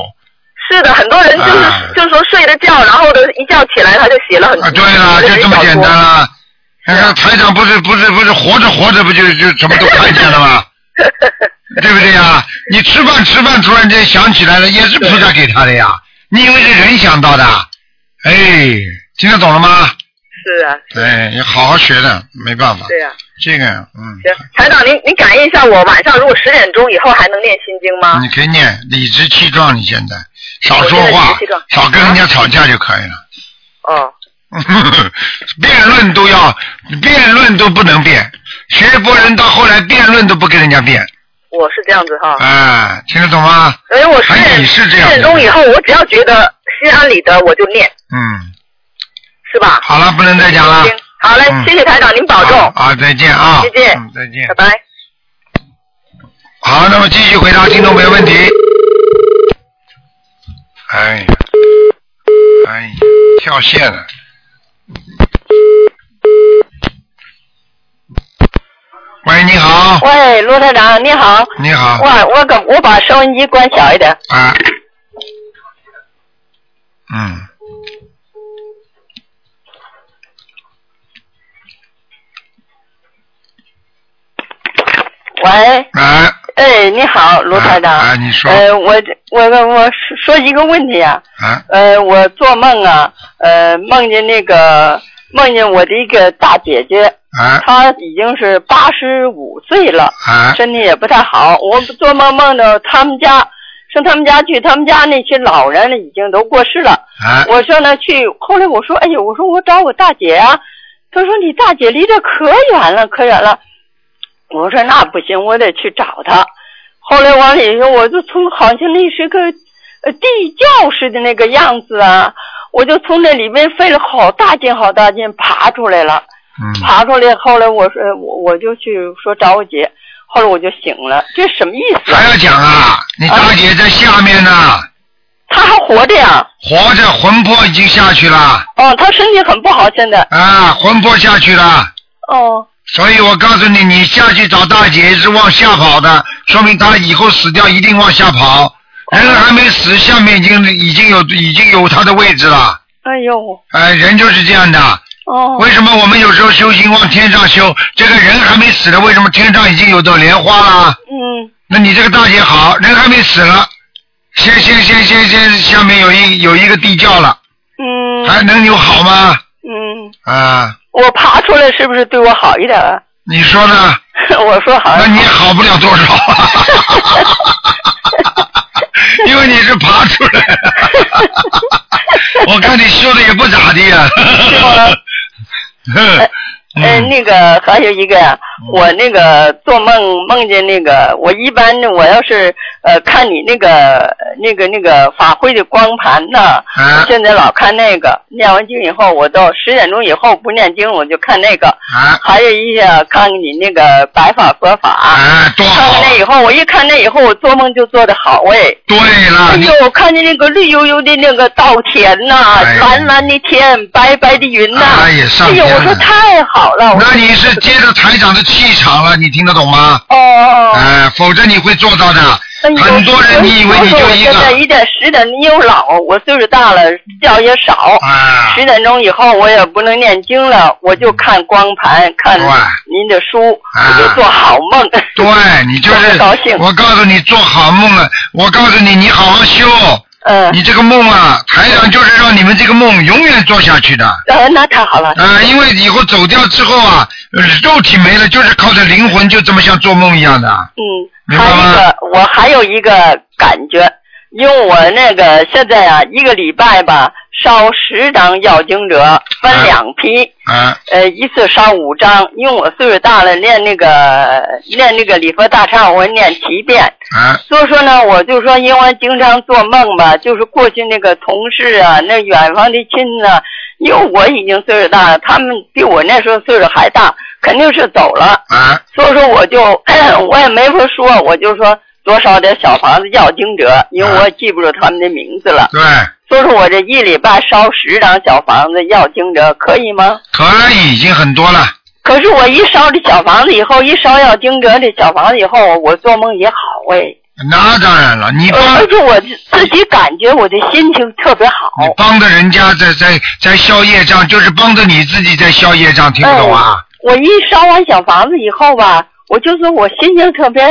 C: 是的，很多人就是、
B: 啊
C: 就是说睡了觉，然后呢一觉起来他就写了很
B: 啊，对了，就这么简单了。那个台长不是不是不是活着活着不就就什么都看见了吗？对不对呀？你吃饭吃饭，突然间想起来了，也是菩萨给他的呀。你以为是人想到的？啊哎，听得懂了吗？
C: 是啊，
B: 哎，要好好学的，没办法。
C: 对呀、
B: 这个，嗯，
C: 行，台长您您感应一下我晚上如果十点钟以后还能念心经吗？
B: 你可以念，理直气壮。你现在少
C: 啊我
B: 说
C: 现在
B: 话
C: 理直气壮，
B: 少跟人家吵架就可以了。
C: 哦，
B: 辩论都要，辩论都不能辩。学佛人到后来辩论都不跟人家辩，
C: 我是这样子哈。
B: 哎，听得懂吗？
C: 所以我
B: 哎你是
C: 十
B: 这样的
C: 点钟以后，我只要觉得心安理得，我就念，
B: 嗯，
C: 是吧？
B: 好了，不能再讲了。
C: 好嘞，
B: 嗯
C: 谢谢台长，您保重。
B: 啊，再见啊。
C: 再见
B: 嗯，再见。
C: 拜拜。
B: 好，那么继续回答听众朋友问题。哎呀，哎呀，跳线了。喂，你好。
L: 喂，罗台长，你好。
B: 你好。
L: 哇，我可我把收音机关小一点。
B: 啊。嗯。
L: 喂。
B: 啊。
L: 哎，你好，罗台长。
B: 啊，你说。
L: 呃，我这我我我说说一个问题啊。
B: 啊。
L: 呃，我做梦啊，呃，梦见那个梦见我的一个大姐姐，
B: 啊
L: 她已经是八十五岁了，
B: 啊
L: 身体也不太好。我做梦梦到他们家，上他们家去，他们家那些老人呢已经都过世了。
B: 啊
L: 我上那去，后来我说，哎呦，我说我找我大姐啊，她说你大姐离这可远了，可远了。我说那不行，我得去找她。后来往里头，我就从好像那是个呃地窖似的那个样子啊，我就从那里面费了好大劲好大劲爬出来了。
B: 嗯
L: 爬出来，后来我说我我就去说找我姐，后来我就醒了，这什么意思？
B: 还要讲啊？你大姐在下面呢。
L: 她还活着呀？
B: 活着，魂魄已经下去了。
L: 哦，她身体很不好，现在。
B: 啊，魂魄下去了。
L: 哦。
B: 所以我告诉你，你下去找大姐是往下跑的，说明她以后死掉一定往下跑。人还没死，下面已经已经有已经有她的位置了。
L: 哎呦，
B: 哎，人就是这样的。
L: 哦。
B: 为什么我们有时候修行往天上修？这个人还没死呢，为什么天上已经有朵莲花了？
L: 嗯。
B: 那你这个大姐好，人还没死了，先先先先先下面有一有一个地窖了，
L: 嗯
B: 还能有好吗？
L: 嗯，
B: 啊，
L: 我爬出来是不是对我好一点啊？
B: 你说呢？
L: 我说好。
B: 那你也好不了多少， 因为你是爬出来 的。我看你修的也不咋 地呀、哼
L: 嗯，那个还有一个呀，
B: 嗯
L: 我那个做梦梦见那个，我一般呢，我要是呃看你那个那个那个法会的光盘呢，
B: 啊
L: 我现在老看那个，念完经以后，我到十点钟以后不念经，我就看那个。
B: 啊
L: 还有一些看你那个白法佛法，
B: 啊，
L: 看完那以后，我一看那以后，我做梦就做得好哎。
B: 对了，
L: 哎呦，我看见那个绿油油的那个稻田呐、
B: 哎呀
L: 蓝蓝的天，白白的云呐、
B: 哎呀上
L: 哎呦，
B: 天了
L: 我说太好了，我说
B: 那你是接着台长的气场了，你听得懂吗？
L: 哦哦。
B: 哎，否则你会做到的。
L: 哎呦
B: 很多人你以为你
L: 我
B: 就
L: 说我
B: 一
L: 现在
B: 个，
L: 一点十点，因为我老，我岁数大了，觉也少。
B: 啊。
L: 十点钟以后我也不能念经了，我就看光盘，看您的书，
B: 啊
L: 我就做好梦。
B: 对你就是，我告诉你做好梦了，我告诉你你好好修。
L: 嗯。
B: 你这个梦啊，台长就是让你们这个梦永远做下去的。
L: 呃，那太好了。
B: 啊，因为以后走掉之后啊，呃肉体没了，就是靠着灵魂，就这么像做梦一样的。
L: 嗯，还有一个，我还有一个感觉，因为我那个现在啊，一个礼拜吧，烧十张药经者，分两批，
B: 啊
L: 呃，一次烧五张，因为我岁数大了，念那个念那个礼佛大忏我念七遍，
B: 啊
L: 所以说呢，我就说，因为经常做梦吧，就是过去那个同事啊，那远方的亲呢、因为我已经岁数大了，他们比我那时候岁数还大，肯定是走了。
B: 啊
L: 所以说，我就 我也没法说，我就说多少点小房子要经者，因为我也记不住他们的名字了。
B: 对，
L: 所以说我这一礼拜烧十张小房子要经者，可以吗？
B: 可以，已经很多了。
L: 可是我一烧这小房子以后，一烧要经者这小房子以后，我做梦也好哎。
B: 那当然了，你帮
L: 而且我自己感觉我的心情特别好。
B: 你帮着人家在在在消业障，就是帮着你自己在消业障，听不懂啊？
L: 哎我一烧完小房子以后吧，我就说我心情特别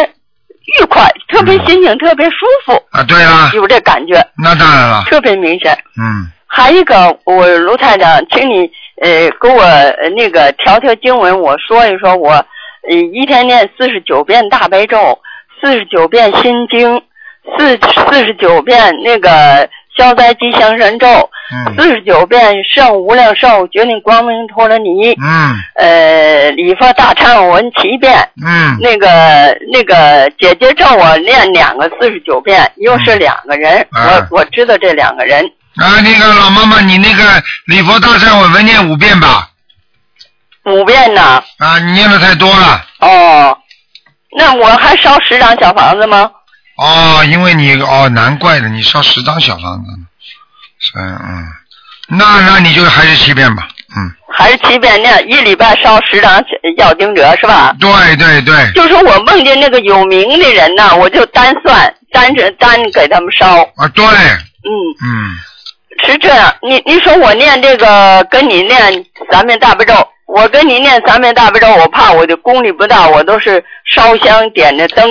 L: 愉快，特别心情特别舒服。
B: 啊，对嗯啊，
L: 有这感觉，
B: 那当然了，
L: 特别明显。
B: 嗯，
L: 还一个，我卢台长，请你呃给我呃那个调调经文，我说一说我，呃一天念四十九遍大悲咒，四十九遍心经，四四十九遍那个消灾吉祥神咒，
B: 嗯
L: 四十九遍圣无量寿决定光明陀罗尼，
B: 嗯
L: 呃，礼佛大忏悔文七遍，
B: 嗯
L: 那个那个姐姐叫我念两个四十九遍，又是两个人，
B: 嗯啊
L: 我我知道这两个人，
B: 啊，那个老妈妈，你那个礼佛大忏悔文念五遍吧。
L: 五遍呢。
B: 啊，你念的太多了。
L: 哦，那我还烧十张小房子吗？
B: 哦，因为你哦，难怪了，你烧十张小房子呢。是嗯，那那你就还是七遍吧。
L: 还是七遍念，一礼拜烧十张要经者是吧？
B: 对对对，
L: 就是我梦见那个有名的人呐，我就单算单是单给他们烧。
B: 啊对，
L: 嗯，
B: 嗯，
L: 是这样。你你说我念这个跟你念三遍大悲咒，我跟你念三遍大悲咒，我怕我的功力不大，我都是烧香点着灯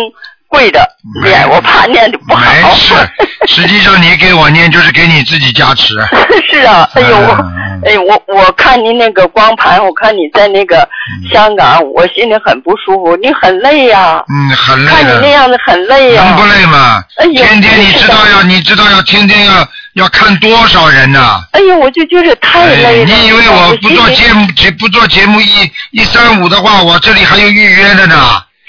L: 跪着念，我怕念的不好。
B: 没事。嗯实际上你给我念就是给你自己加持。
L: 是啊，哎呦，我哎呦我我看你那个光盘，我看你在那个香港，我心里很不舒服，你很累呀、
B: 嗯，很累
L: 看你
B: 的。
L: 那样子很累呀、
B: 能不累吗？
L: 哎呦
B: 天天你知道要，你知道要天天要要看多少人呐、哎
L: 哎呦，我就觉得太累了。
B: 你以为我不做节目，节不做节目一一三五的话，我这里还有预约的呢，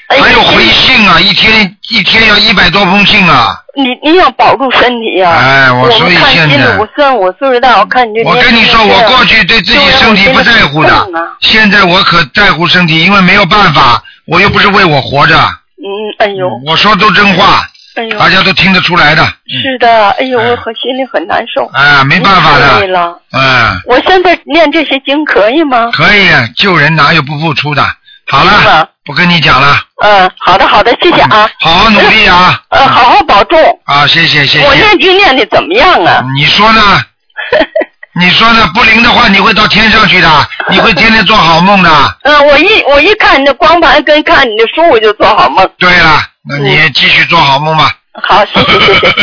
L: 哎
B: 还有回信啊，一天一天要一百多封信啊。
L: 你你要保住身体呀、
B: 哎我
L: 我
B: 所以
L: 看
B: 现
L: 今
B: 在
L: 年我虽然我岁数大，我看你这
B: 我
L: 年
B: 跟你
L: 纪
B: 说，
L: 轻
B: 我
L: 啊
B: 过去对自己身体不在乎的，现在我可在乎身体，因为没有办法，我又不是为我活着。
L: 嗯，哎呦，
B: 我说都真话，
L: 哎呦，
B: 大家都听得出来的。
L: 是的，哎呦，我很心里很难受。
B: 哎，没办法
L: 太累
B: 的，
L: 了，
B: 嗯，
L: 我现在念这些经可以吗？
B: 可以，啊救人哪有不付出的？好了，不跟你讲了，
L: 嗯，好的好的，谢谢啊。
B: 好好努力啊！
L: 呃，好好保重。
B: 啊，谢谢谢谢。
L: 我念经念的怎么样啊？
B: 你 说呢？你说呢？不灵的话，你会到天上去的，你会天天做好梦的。
L: 嗯，我一我一看你的光盘跟看你的书，我就做好梦。
B: 对了，那
L: 嗯
B: 你也继续做好梦吧。
L: 好，谢谢谢谢，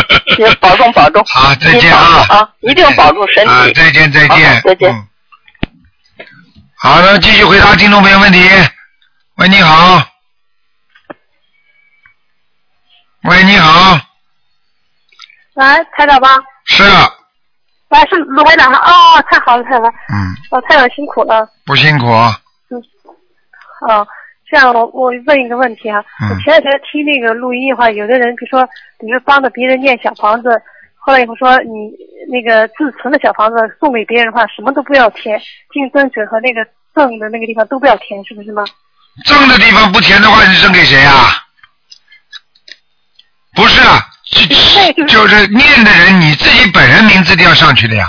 L: 你保重保重。
B: 好，再见
L: 你保
B: 啊！
L: 重啊，一定要保住身体。
B: 啊，再见再
L: 好
B: 见。嗯
L: 再见。
B: 好的，继续回答听众朋友问题。喂，你好。喂，你好，
K: 喂，啊台长吗？
B: 是
K: 喂，是卢台长啊！哦，太好了，太好了，
B: 嗯，
K: 哦，台长辛苦了。
B: 不辛苦，
K: 啊，这样我我问一个问题啊，
B: 嗯
K: 我前两天听那个录音的话，有的人比如说，你是帮着别人念小房子，后来以后说你那个自存的小房子送给别人的话，什么都不要填，净增值和那个赠的那个地方都不要填，是不是吗？
B: 正的地方不填的话，你扔给谁啊？不是啊，就就是念的人，你自己本人名字都要上去的呀。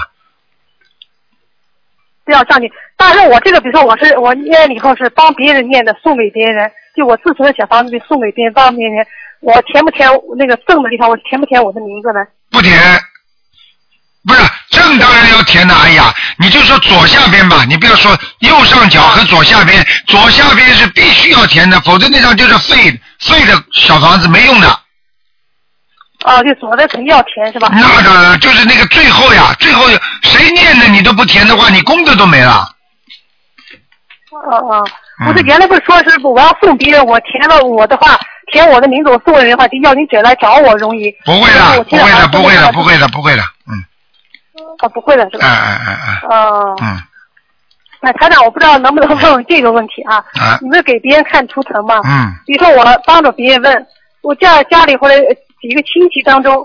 K: 不要上去。但是我这个，比如说我是我念了以后是帮别人念的，送给别人，就我自存的小房子就送给别人，帮别人，我填不填那个赠的地方，我填不填我的名字呢？
B: 不填，不是正当然要填的。哎呀，你就说左下边吧，你不要说右上角和左下边，左下边是必须要填的，否则那张就是废废的小房子没用的。
K: 啊，就左的肯定要填是吧？
B: 那当然就是那个最后呀，最后谁念的你都不填的话，你功德都没了。
K: 哦哦，
B: 嗯
K: 不是原来不是说是我要送别人，我填了我的话，填我的名字，我送人的话，就要你者来找我容易。
B: 不会
K: 的，
B: 不会的，不会的，不会的，不会的，嗯，
K: 啊，不会的是
B: 哎
K: 吧？
B: 哎哎哎，
K: 哦、
B: 嗯，
K: 那台长，我不知道能不能问问这个问题啊？
B: 啊
K: 你们给别人看图腾吗？
B: 嗯
K: 比如说我帮着别人问，我家家里或者几个亲戚当中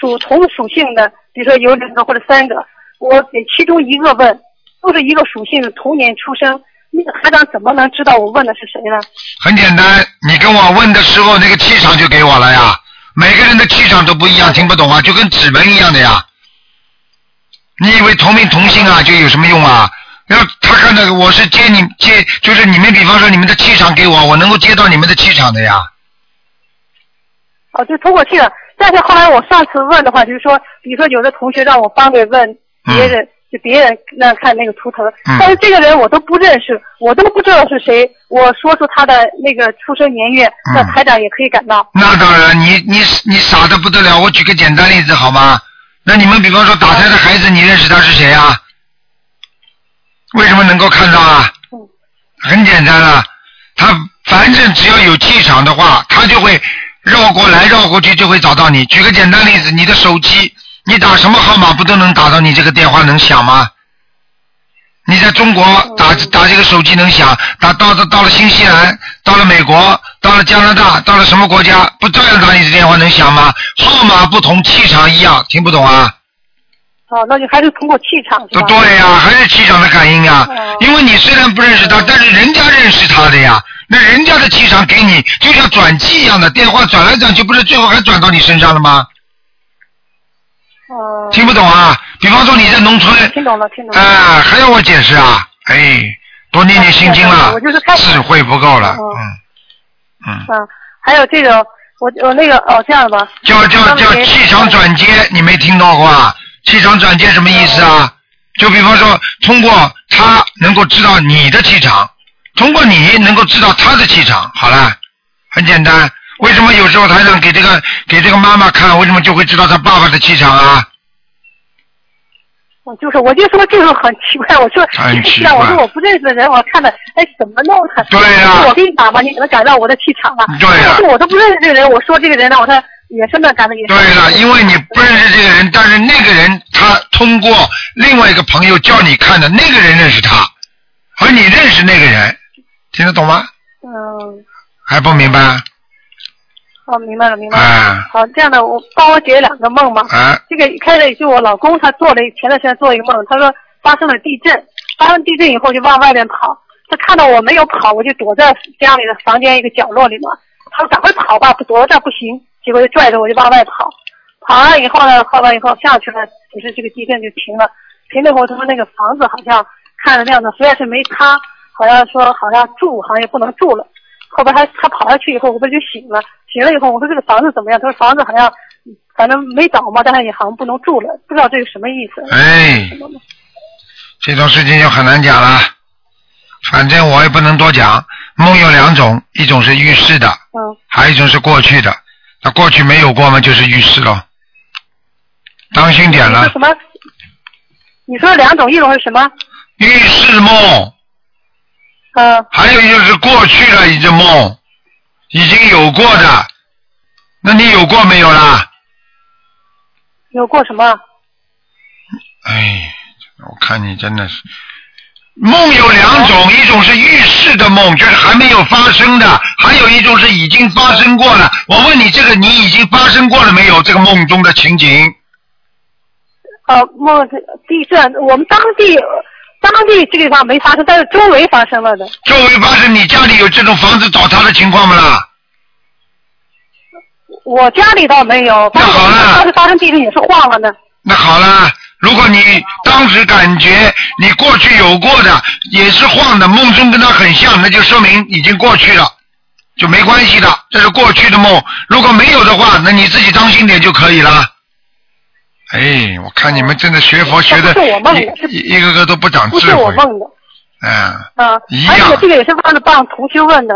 K: 属同属性的，比如说有两个或者三个，我给其中一个问，都是一个属性的，同年出生，那个台长怎么能知道我问的是谁呢？
B: 很简单，你跟我问的时候那个气场就给我了呀。每个人的气场都不一样，听不懂啊，就跟指纹一样的呀。你以为同名同姓啊，就有什么用啊？要他看到我是接你接，就是你们，比方说你们的气场给我，我能够接到你们的气场的呀。
K: 哦，就通过这个。但是后来我上次问的话，就是说，比如说有的同学让我帮着问别人，就别人那看那个图腾，
B: 嗯
K: 但是这个人我都不认识，我都不知道是谁。我说出他的那个出生年月，那
B: 嗯
K: 台长也可以感到。
B: 那当然，你你你傻的不得了。我举个简单例子好吗？那你们比方说打胎的孩子，你认识他是谁啊？为什么能够看到啊？很简单啊，他反正只要有气场的话，他就会绕过来绕过去，就会找到你。举个简单例子，你的手机，你打什么号码不都能打到你这个电话能响吗？你在中国打打这个手机能响，打到到到了新西兰，到了美国，到了加拿大，到了什么国家，不照样打你的电话能响吗？号码不同，气场一样，听不懂啊？
K: 哦，那就还是通过气场是
B: 对
K: 吧？
B: 对呀、还是气场的感应啊。因为你虽然不认识他，但是人家认识他的呀。那人家的气场给你，就像转机一样的，电话转来转去，不是最后还转到你身上了吗？听不懂啊？比方说你在农村，
K: 听懂了，听懂
B: 了。啊，还要我解释啊？哎，多念念心经
K: 啊
B: 了
K: 我就是看，
B: 智慧不够了，
K: 哦
B: 嗯，
K: 嗯，还有这个，我我那个哦，这样吧，
B: 叫叫叫气场转接，你没听到过啊？气场转接什么意思啊？就比方说，通过他能够知道你的气场，通过你能够知道他的气场。好了，很简单。为什么有时候台长给这个给这个妈妈看，为什么就会知道她爸爸的气场啊？
K: 我嗯就是我就说这个很奇怪，我说
B: 很奇
K: 让我
B: 怪
K: 说我不认识的人，我看了，哎，怎么弄的？
B: 对
K: 呀、我给你打吧，你可能感到我的气场了。
B: 对呀
K: 但是我都不认识这个人，我说这个人呢，我说也是那感觉也是。
B: 对了，因为你不认识这个人，但是那个人他通过另外一个朋友叫你看的，那个人认识他，而你认识那个人，听得懂吗？
K: 嗯，
B: 还不明白？
K: 哦，明白了，明白了。
B: 啊
K: 好，这样的，我帮我解两个梦吧。
B: 啊
K: 这个开始就我老公他做了一前段时间做一个梦，他说发生了地震，发生地震以后就往外面跑，他看到我没有跑，我就躲在家里的房间一个角落里嘛，他说赶快跑吧，躲在这儿不行，结果就拽着我就往外跑，跑完以后呢，跑完以后下去了，就是这个地震就停了，停了以后他说那个房子好像看着那样子，虽然是没塌，好像说好像住好像也不能住了。后边他他跑下去以后，我不就醒了？醒了以后，我说这个房子怎么样？他说房子好像反正没倒嘛，但是也好像不能住了，不知道这是什么意思。
B: 哎，这种事情就很难讲了。反正我也不能多讲。梦有两种，一种是预示的，
K: 嗯，
B: 还有一种是过去的。那过去没有过嘛，就是预示咯。当心点
K: 你说
B: 了，
K: 什么？你说两种，一种是什么？
B: 预示梦。
K: 嗯。
B: 还有就是过去的一个梦，已经有过的，那你有过没有啦？
K: 有过什么？
B: 哎，我看你真的是。梦有两种，一种是预示的梦，就是还没有发生的；还有一种是已经发生过了。我问你，这个你已经发生过了没有？这个梦中的情景，
K: 呃，梦地震，我们当地当地这个地方没发生，但是周围发生了的。
B: 周围发生你家里有这种房子倒塌的情况不啦？
K: 我家里倒没有，但是当时发生地震也是晃了的。
B: 那好啦，如果你当时感觉你过去有过的也是晃的，梦中跟它很像，那就说明已经过去了，就没关系的，这是过去的梦。如果没有的话，那你自己当心点就可以了。哎，我看你们真的学佛学的
K: 啊不是我梦的
B: 一一一个个都不长
K: 不
B: 啊智
K: 是我
B: 慧，
K: 梦的，
B: 嗯，
K: 啊、
B: 一
K: 而且
B: 样
K: 这个也是帮着帮同学问的。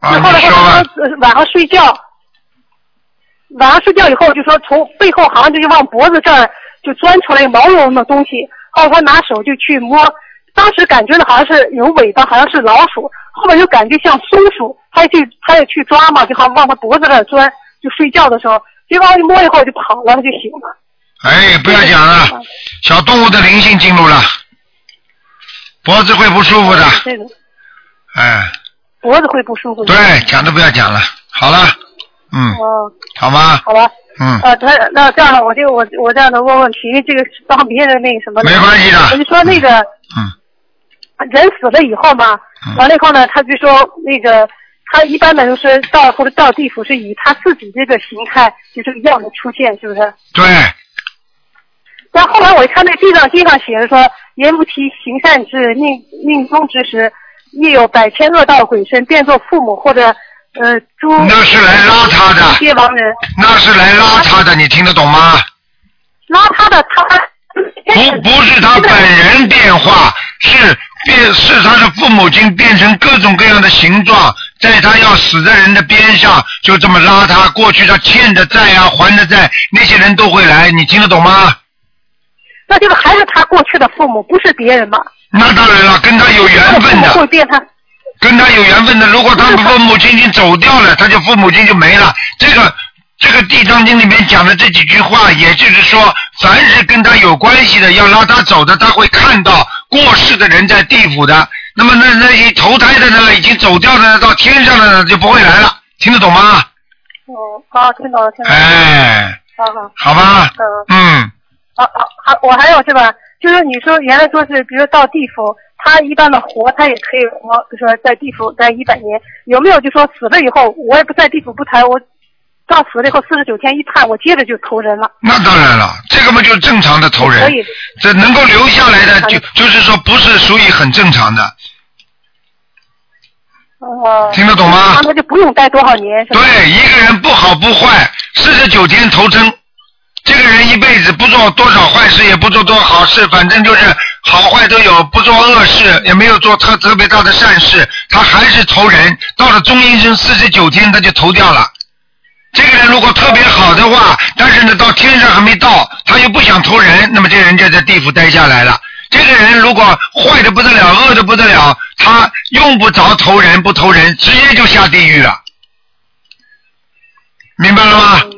B: 啊，
K: 后来
B: 你
K: 他
B: 说吧，
K: 说、呃晚上睡觉，晚上睡觉以后就说从背后好像就是往脖子这儿就钻出来毛茸茸的东西，后来他拿手就去摸，当时感觉呢好像是有尾巴，好像是老鼠，后面就感觉像松鼠，他就去他也去抓嘛，就好像往他脖子这儿钻，就睡觉的时候，结果一摸以后就跑了，他就醒了。
B: 哎，不要讲了，小动物的灵性进入了，脖子会不舒服的，
K: 这个
B: 哎，
K: 脖子会不舒服。
B: 对，讲都不要讲了，好了，嗯，
K: 哦，
B: 好吗？
K: 好吧。
B: 嗯
K: 呃，他那这样了，我就我我这样的问问题，因为这个是帮别人那个什么的。
B: 没关系的嗯
K: 我就说那个。嗯人死了以后嘛，完了以后呢，他就说那个他一般的就是到或者到地府是以他自己这个形态就这个样子出现，是不是？
B: 对，
K: 然后后来我一看那地上地上写着说，阎不提行善之命命中之时，亦有百千恶道鬼神变作父母或者呃诸
B: 那是来拉他的
K: 接亡人
B: 那是来拉他的，你听得懂吗？
K: 拉他的他
B: 不，不是他本人变化，是变是他的父母亲变成各种各样的形状，在他要死的人的边上，就这么拉他。过去他欠的债啊，还的债，那些人都会来，你听得懂吗？
K: 那这个还是他过去的父母，不是别人嘛？
B: 那当然了，跟他有缘分的。
K: 会变他
B: 跟他有缘分的，如果他父母亲已经走掉了，他就父母亲就没了。这个这个《地藏经》里面讲的这几句话，也就是说，凡是跟他有关系的，要拉他走的，他会看到过世的人在地府的。那么那那些投胎的呢，已经走掉的呢，到天上的呢，就不会来了。听得懂吗？
K: 哦，好，听懂了，听懂了。
B: 哎，
K: 好好。
B: 好吧
K: 嗯。
B: 嗯，
K: 啊啊，还我还有是吧？就是你说原来说是，比如说到地府，他一般的活，他也可以活，比如说在地府待一百年，有没有就说死了以后，我也不在地府不抬，我到死了以后四十九天一判，我接着就投人了。
B: 那当然了，这个嘛就是正常的投
K: 可
B: 人
K: 以，
B: 这能够留下来的就就是说不是属于很正常的。
K: 哦、
B: 听得懂吗
K: 那他就不用待多少年是吧？
B: 对，一个人不好不坏，四十九天投生，这个人一辈子不做多少坏事，也不做多少好事，反正就是好坏都有，不做恶事，也没有做特特别大的善事，他还是投人。到了中阴身四十九天，他就投掉了。这个人如果特别好的话，但是呢，到天上还没到，他又不想投人，那么这个人就在地府待下来了。这个人如果坏的不得了，恶的不得了，他用不着投人不投人，直接就下地狱了。明白了吗？嗯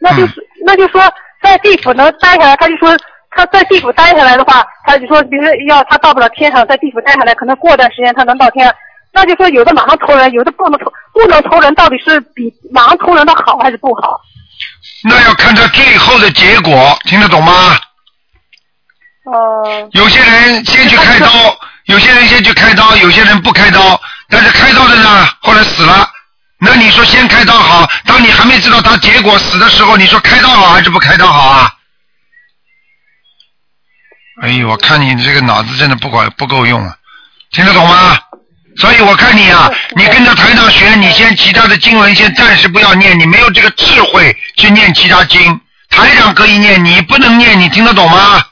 K: 那就是、那就说在地府能待下来，他就说他在地府待下来的话，他就说，比如说要他到不了天上，在地府待下来，可能过段时间他能到天上。那就说有的马上投人，有的不能投，不能投人到底是比马上投人的好还是不好？
B: 那要看他最后的结果，听得懂吗？
K: 呃，
B: 有些人先去开刀，有些人先去开刀，有些人不开刀，但是开刀的呢，后来死了。那你说先开刀好，当你还没知道他结果死的时候，你说开刀好还是不开刀好啊？哎呦，我看你这个脑子真的不管不够用啊，听得懂吗？所以我看你啊，你跟着台长学，你先其他的经文先暂时不要念，你没有这个智慧去念其他经。台长可以念，你不能念，你听得懂吗？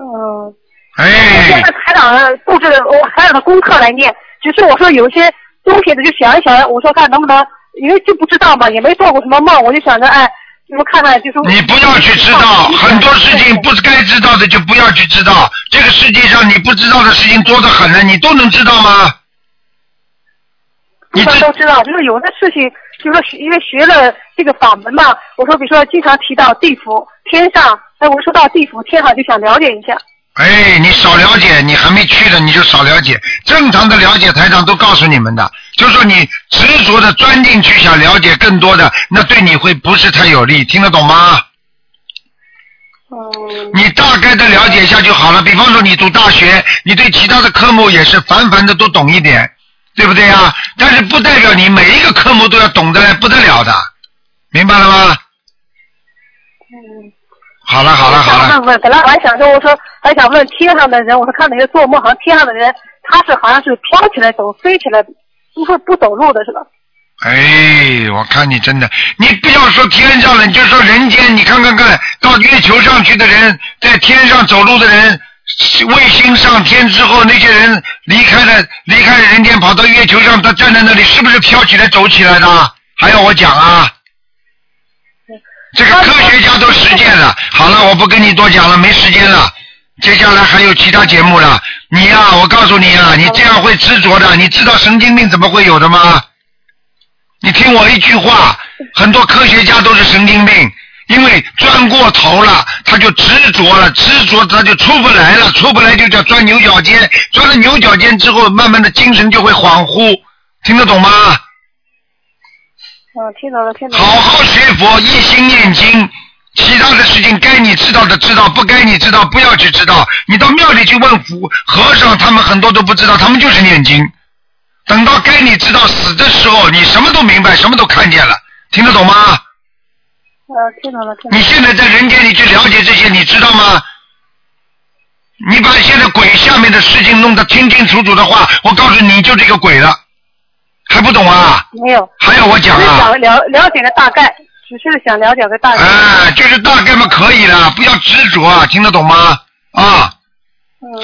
K: 嗯，
B: 哎，
K: 现在台长布置的我台长的功课来念，只是我说有一些东西呢，就想一想，我说看能不能，因为就不知道嘛，也没做过什么梦，我就想着哎，就是看看，就是
B: 你不要去知道，很多事情不该知道的就不要去知道。这个世界上你不知道的事情多得很呢，你都能知道吗？
K: 一般都知道，就是有的事情，就是说学因为学了这个法门嘛，我说比如说经常提到地府、天上，哎，我说到地府、天上就想了解一下。
B: 哎，你少了解，你还没去呢，你就少了解。正常的了解，台长都告诉你们的，就说你执着的钻进去想了解更多的，那对你会不是太有利，听得懂吗？你大概的了解一下就好了。比方说，你读大学，你对其他的科目也是凡凡的都懂一点，对不对啊？但是不代表你每一个科目都要懂得来不得了的，明白了吗？好了好了好了，
K: 问问，本来我还想说，我说还想问天上的人，我说看那些做梦，好像天上的人他是好像是飘起来走、飞起来，不是不走路的是吧？
B: 哎，我看你真的，你不要说天上了，你就说人间。你看看看，到月球上去的人，在天上走路的人，卫星上天之后，那些人离开了离开了人间，跑到月球上，他站在那里，是不是飘起来走起来的？还要我讲啊？这个科学家都实践了。好了，我不跟你多讲了，没时间了。接下来还有其他节目了。你呀、我告诉你啊，你这样会执着的。你知道神经病怎么会有的吗？你听我一句话，很多科学家都是神经病，因为钻过头了，他就执着了，执着他就出不来了，出不来就叫钻牛角尖，钻了牛角尖之后，慢慢的精神就会恍惚，听得懂吗？
K: 嗯，听懂了，听懂
B: 了。好好学佛，一心念经，其他的事情该你知道的知道，不该你知道不要去知道。你到庙里去问佛和尚，他们很多都不知道，他们就是念经。等到该你知道死的时候，你什么都明白，什么都看见了，听得懂吗？
K: 呃，听懂了，听懂了。
B: 你现在在人间，你去了解这些，你知道吗？你把现在鬼下面的事情弄得清清楚楚的话，我告诉你，你就是一个鬼了，还不懂啊？
K: 没有。
B: 还要我讲
K: 只
B: 啊
K: 是想了了解个大概，只是想了解个大概。
B: 啊，就是大概嘛，可以了，不要执着啊，听得懂吗？啊，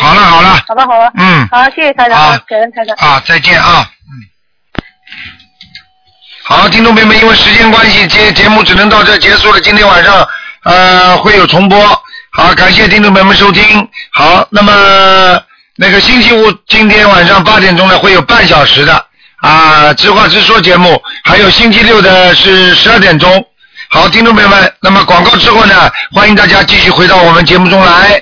B: 好了好了
K: 好吧好吧。
B: 嗯
K: 好，谢谢台长，啊、感恩台长。
B: 啊，再见啊，嗯。好，听众朋友们，因为时间关系，节节目只能到这儿结束了。今天晚上呃会有重播。好，感谢听众朋友们收听。好，那么那个星期五今天晚上八点钟呢会有半小时的啊直话直说节目，还有星期六的是十二点钟。好，听众朋友们，那么广告之后呢，欢迎大家继续回到我们节目中来。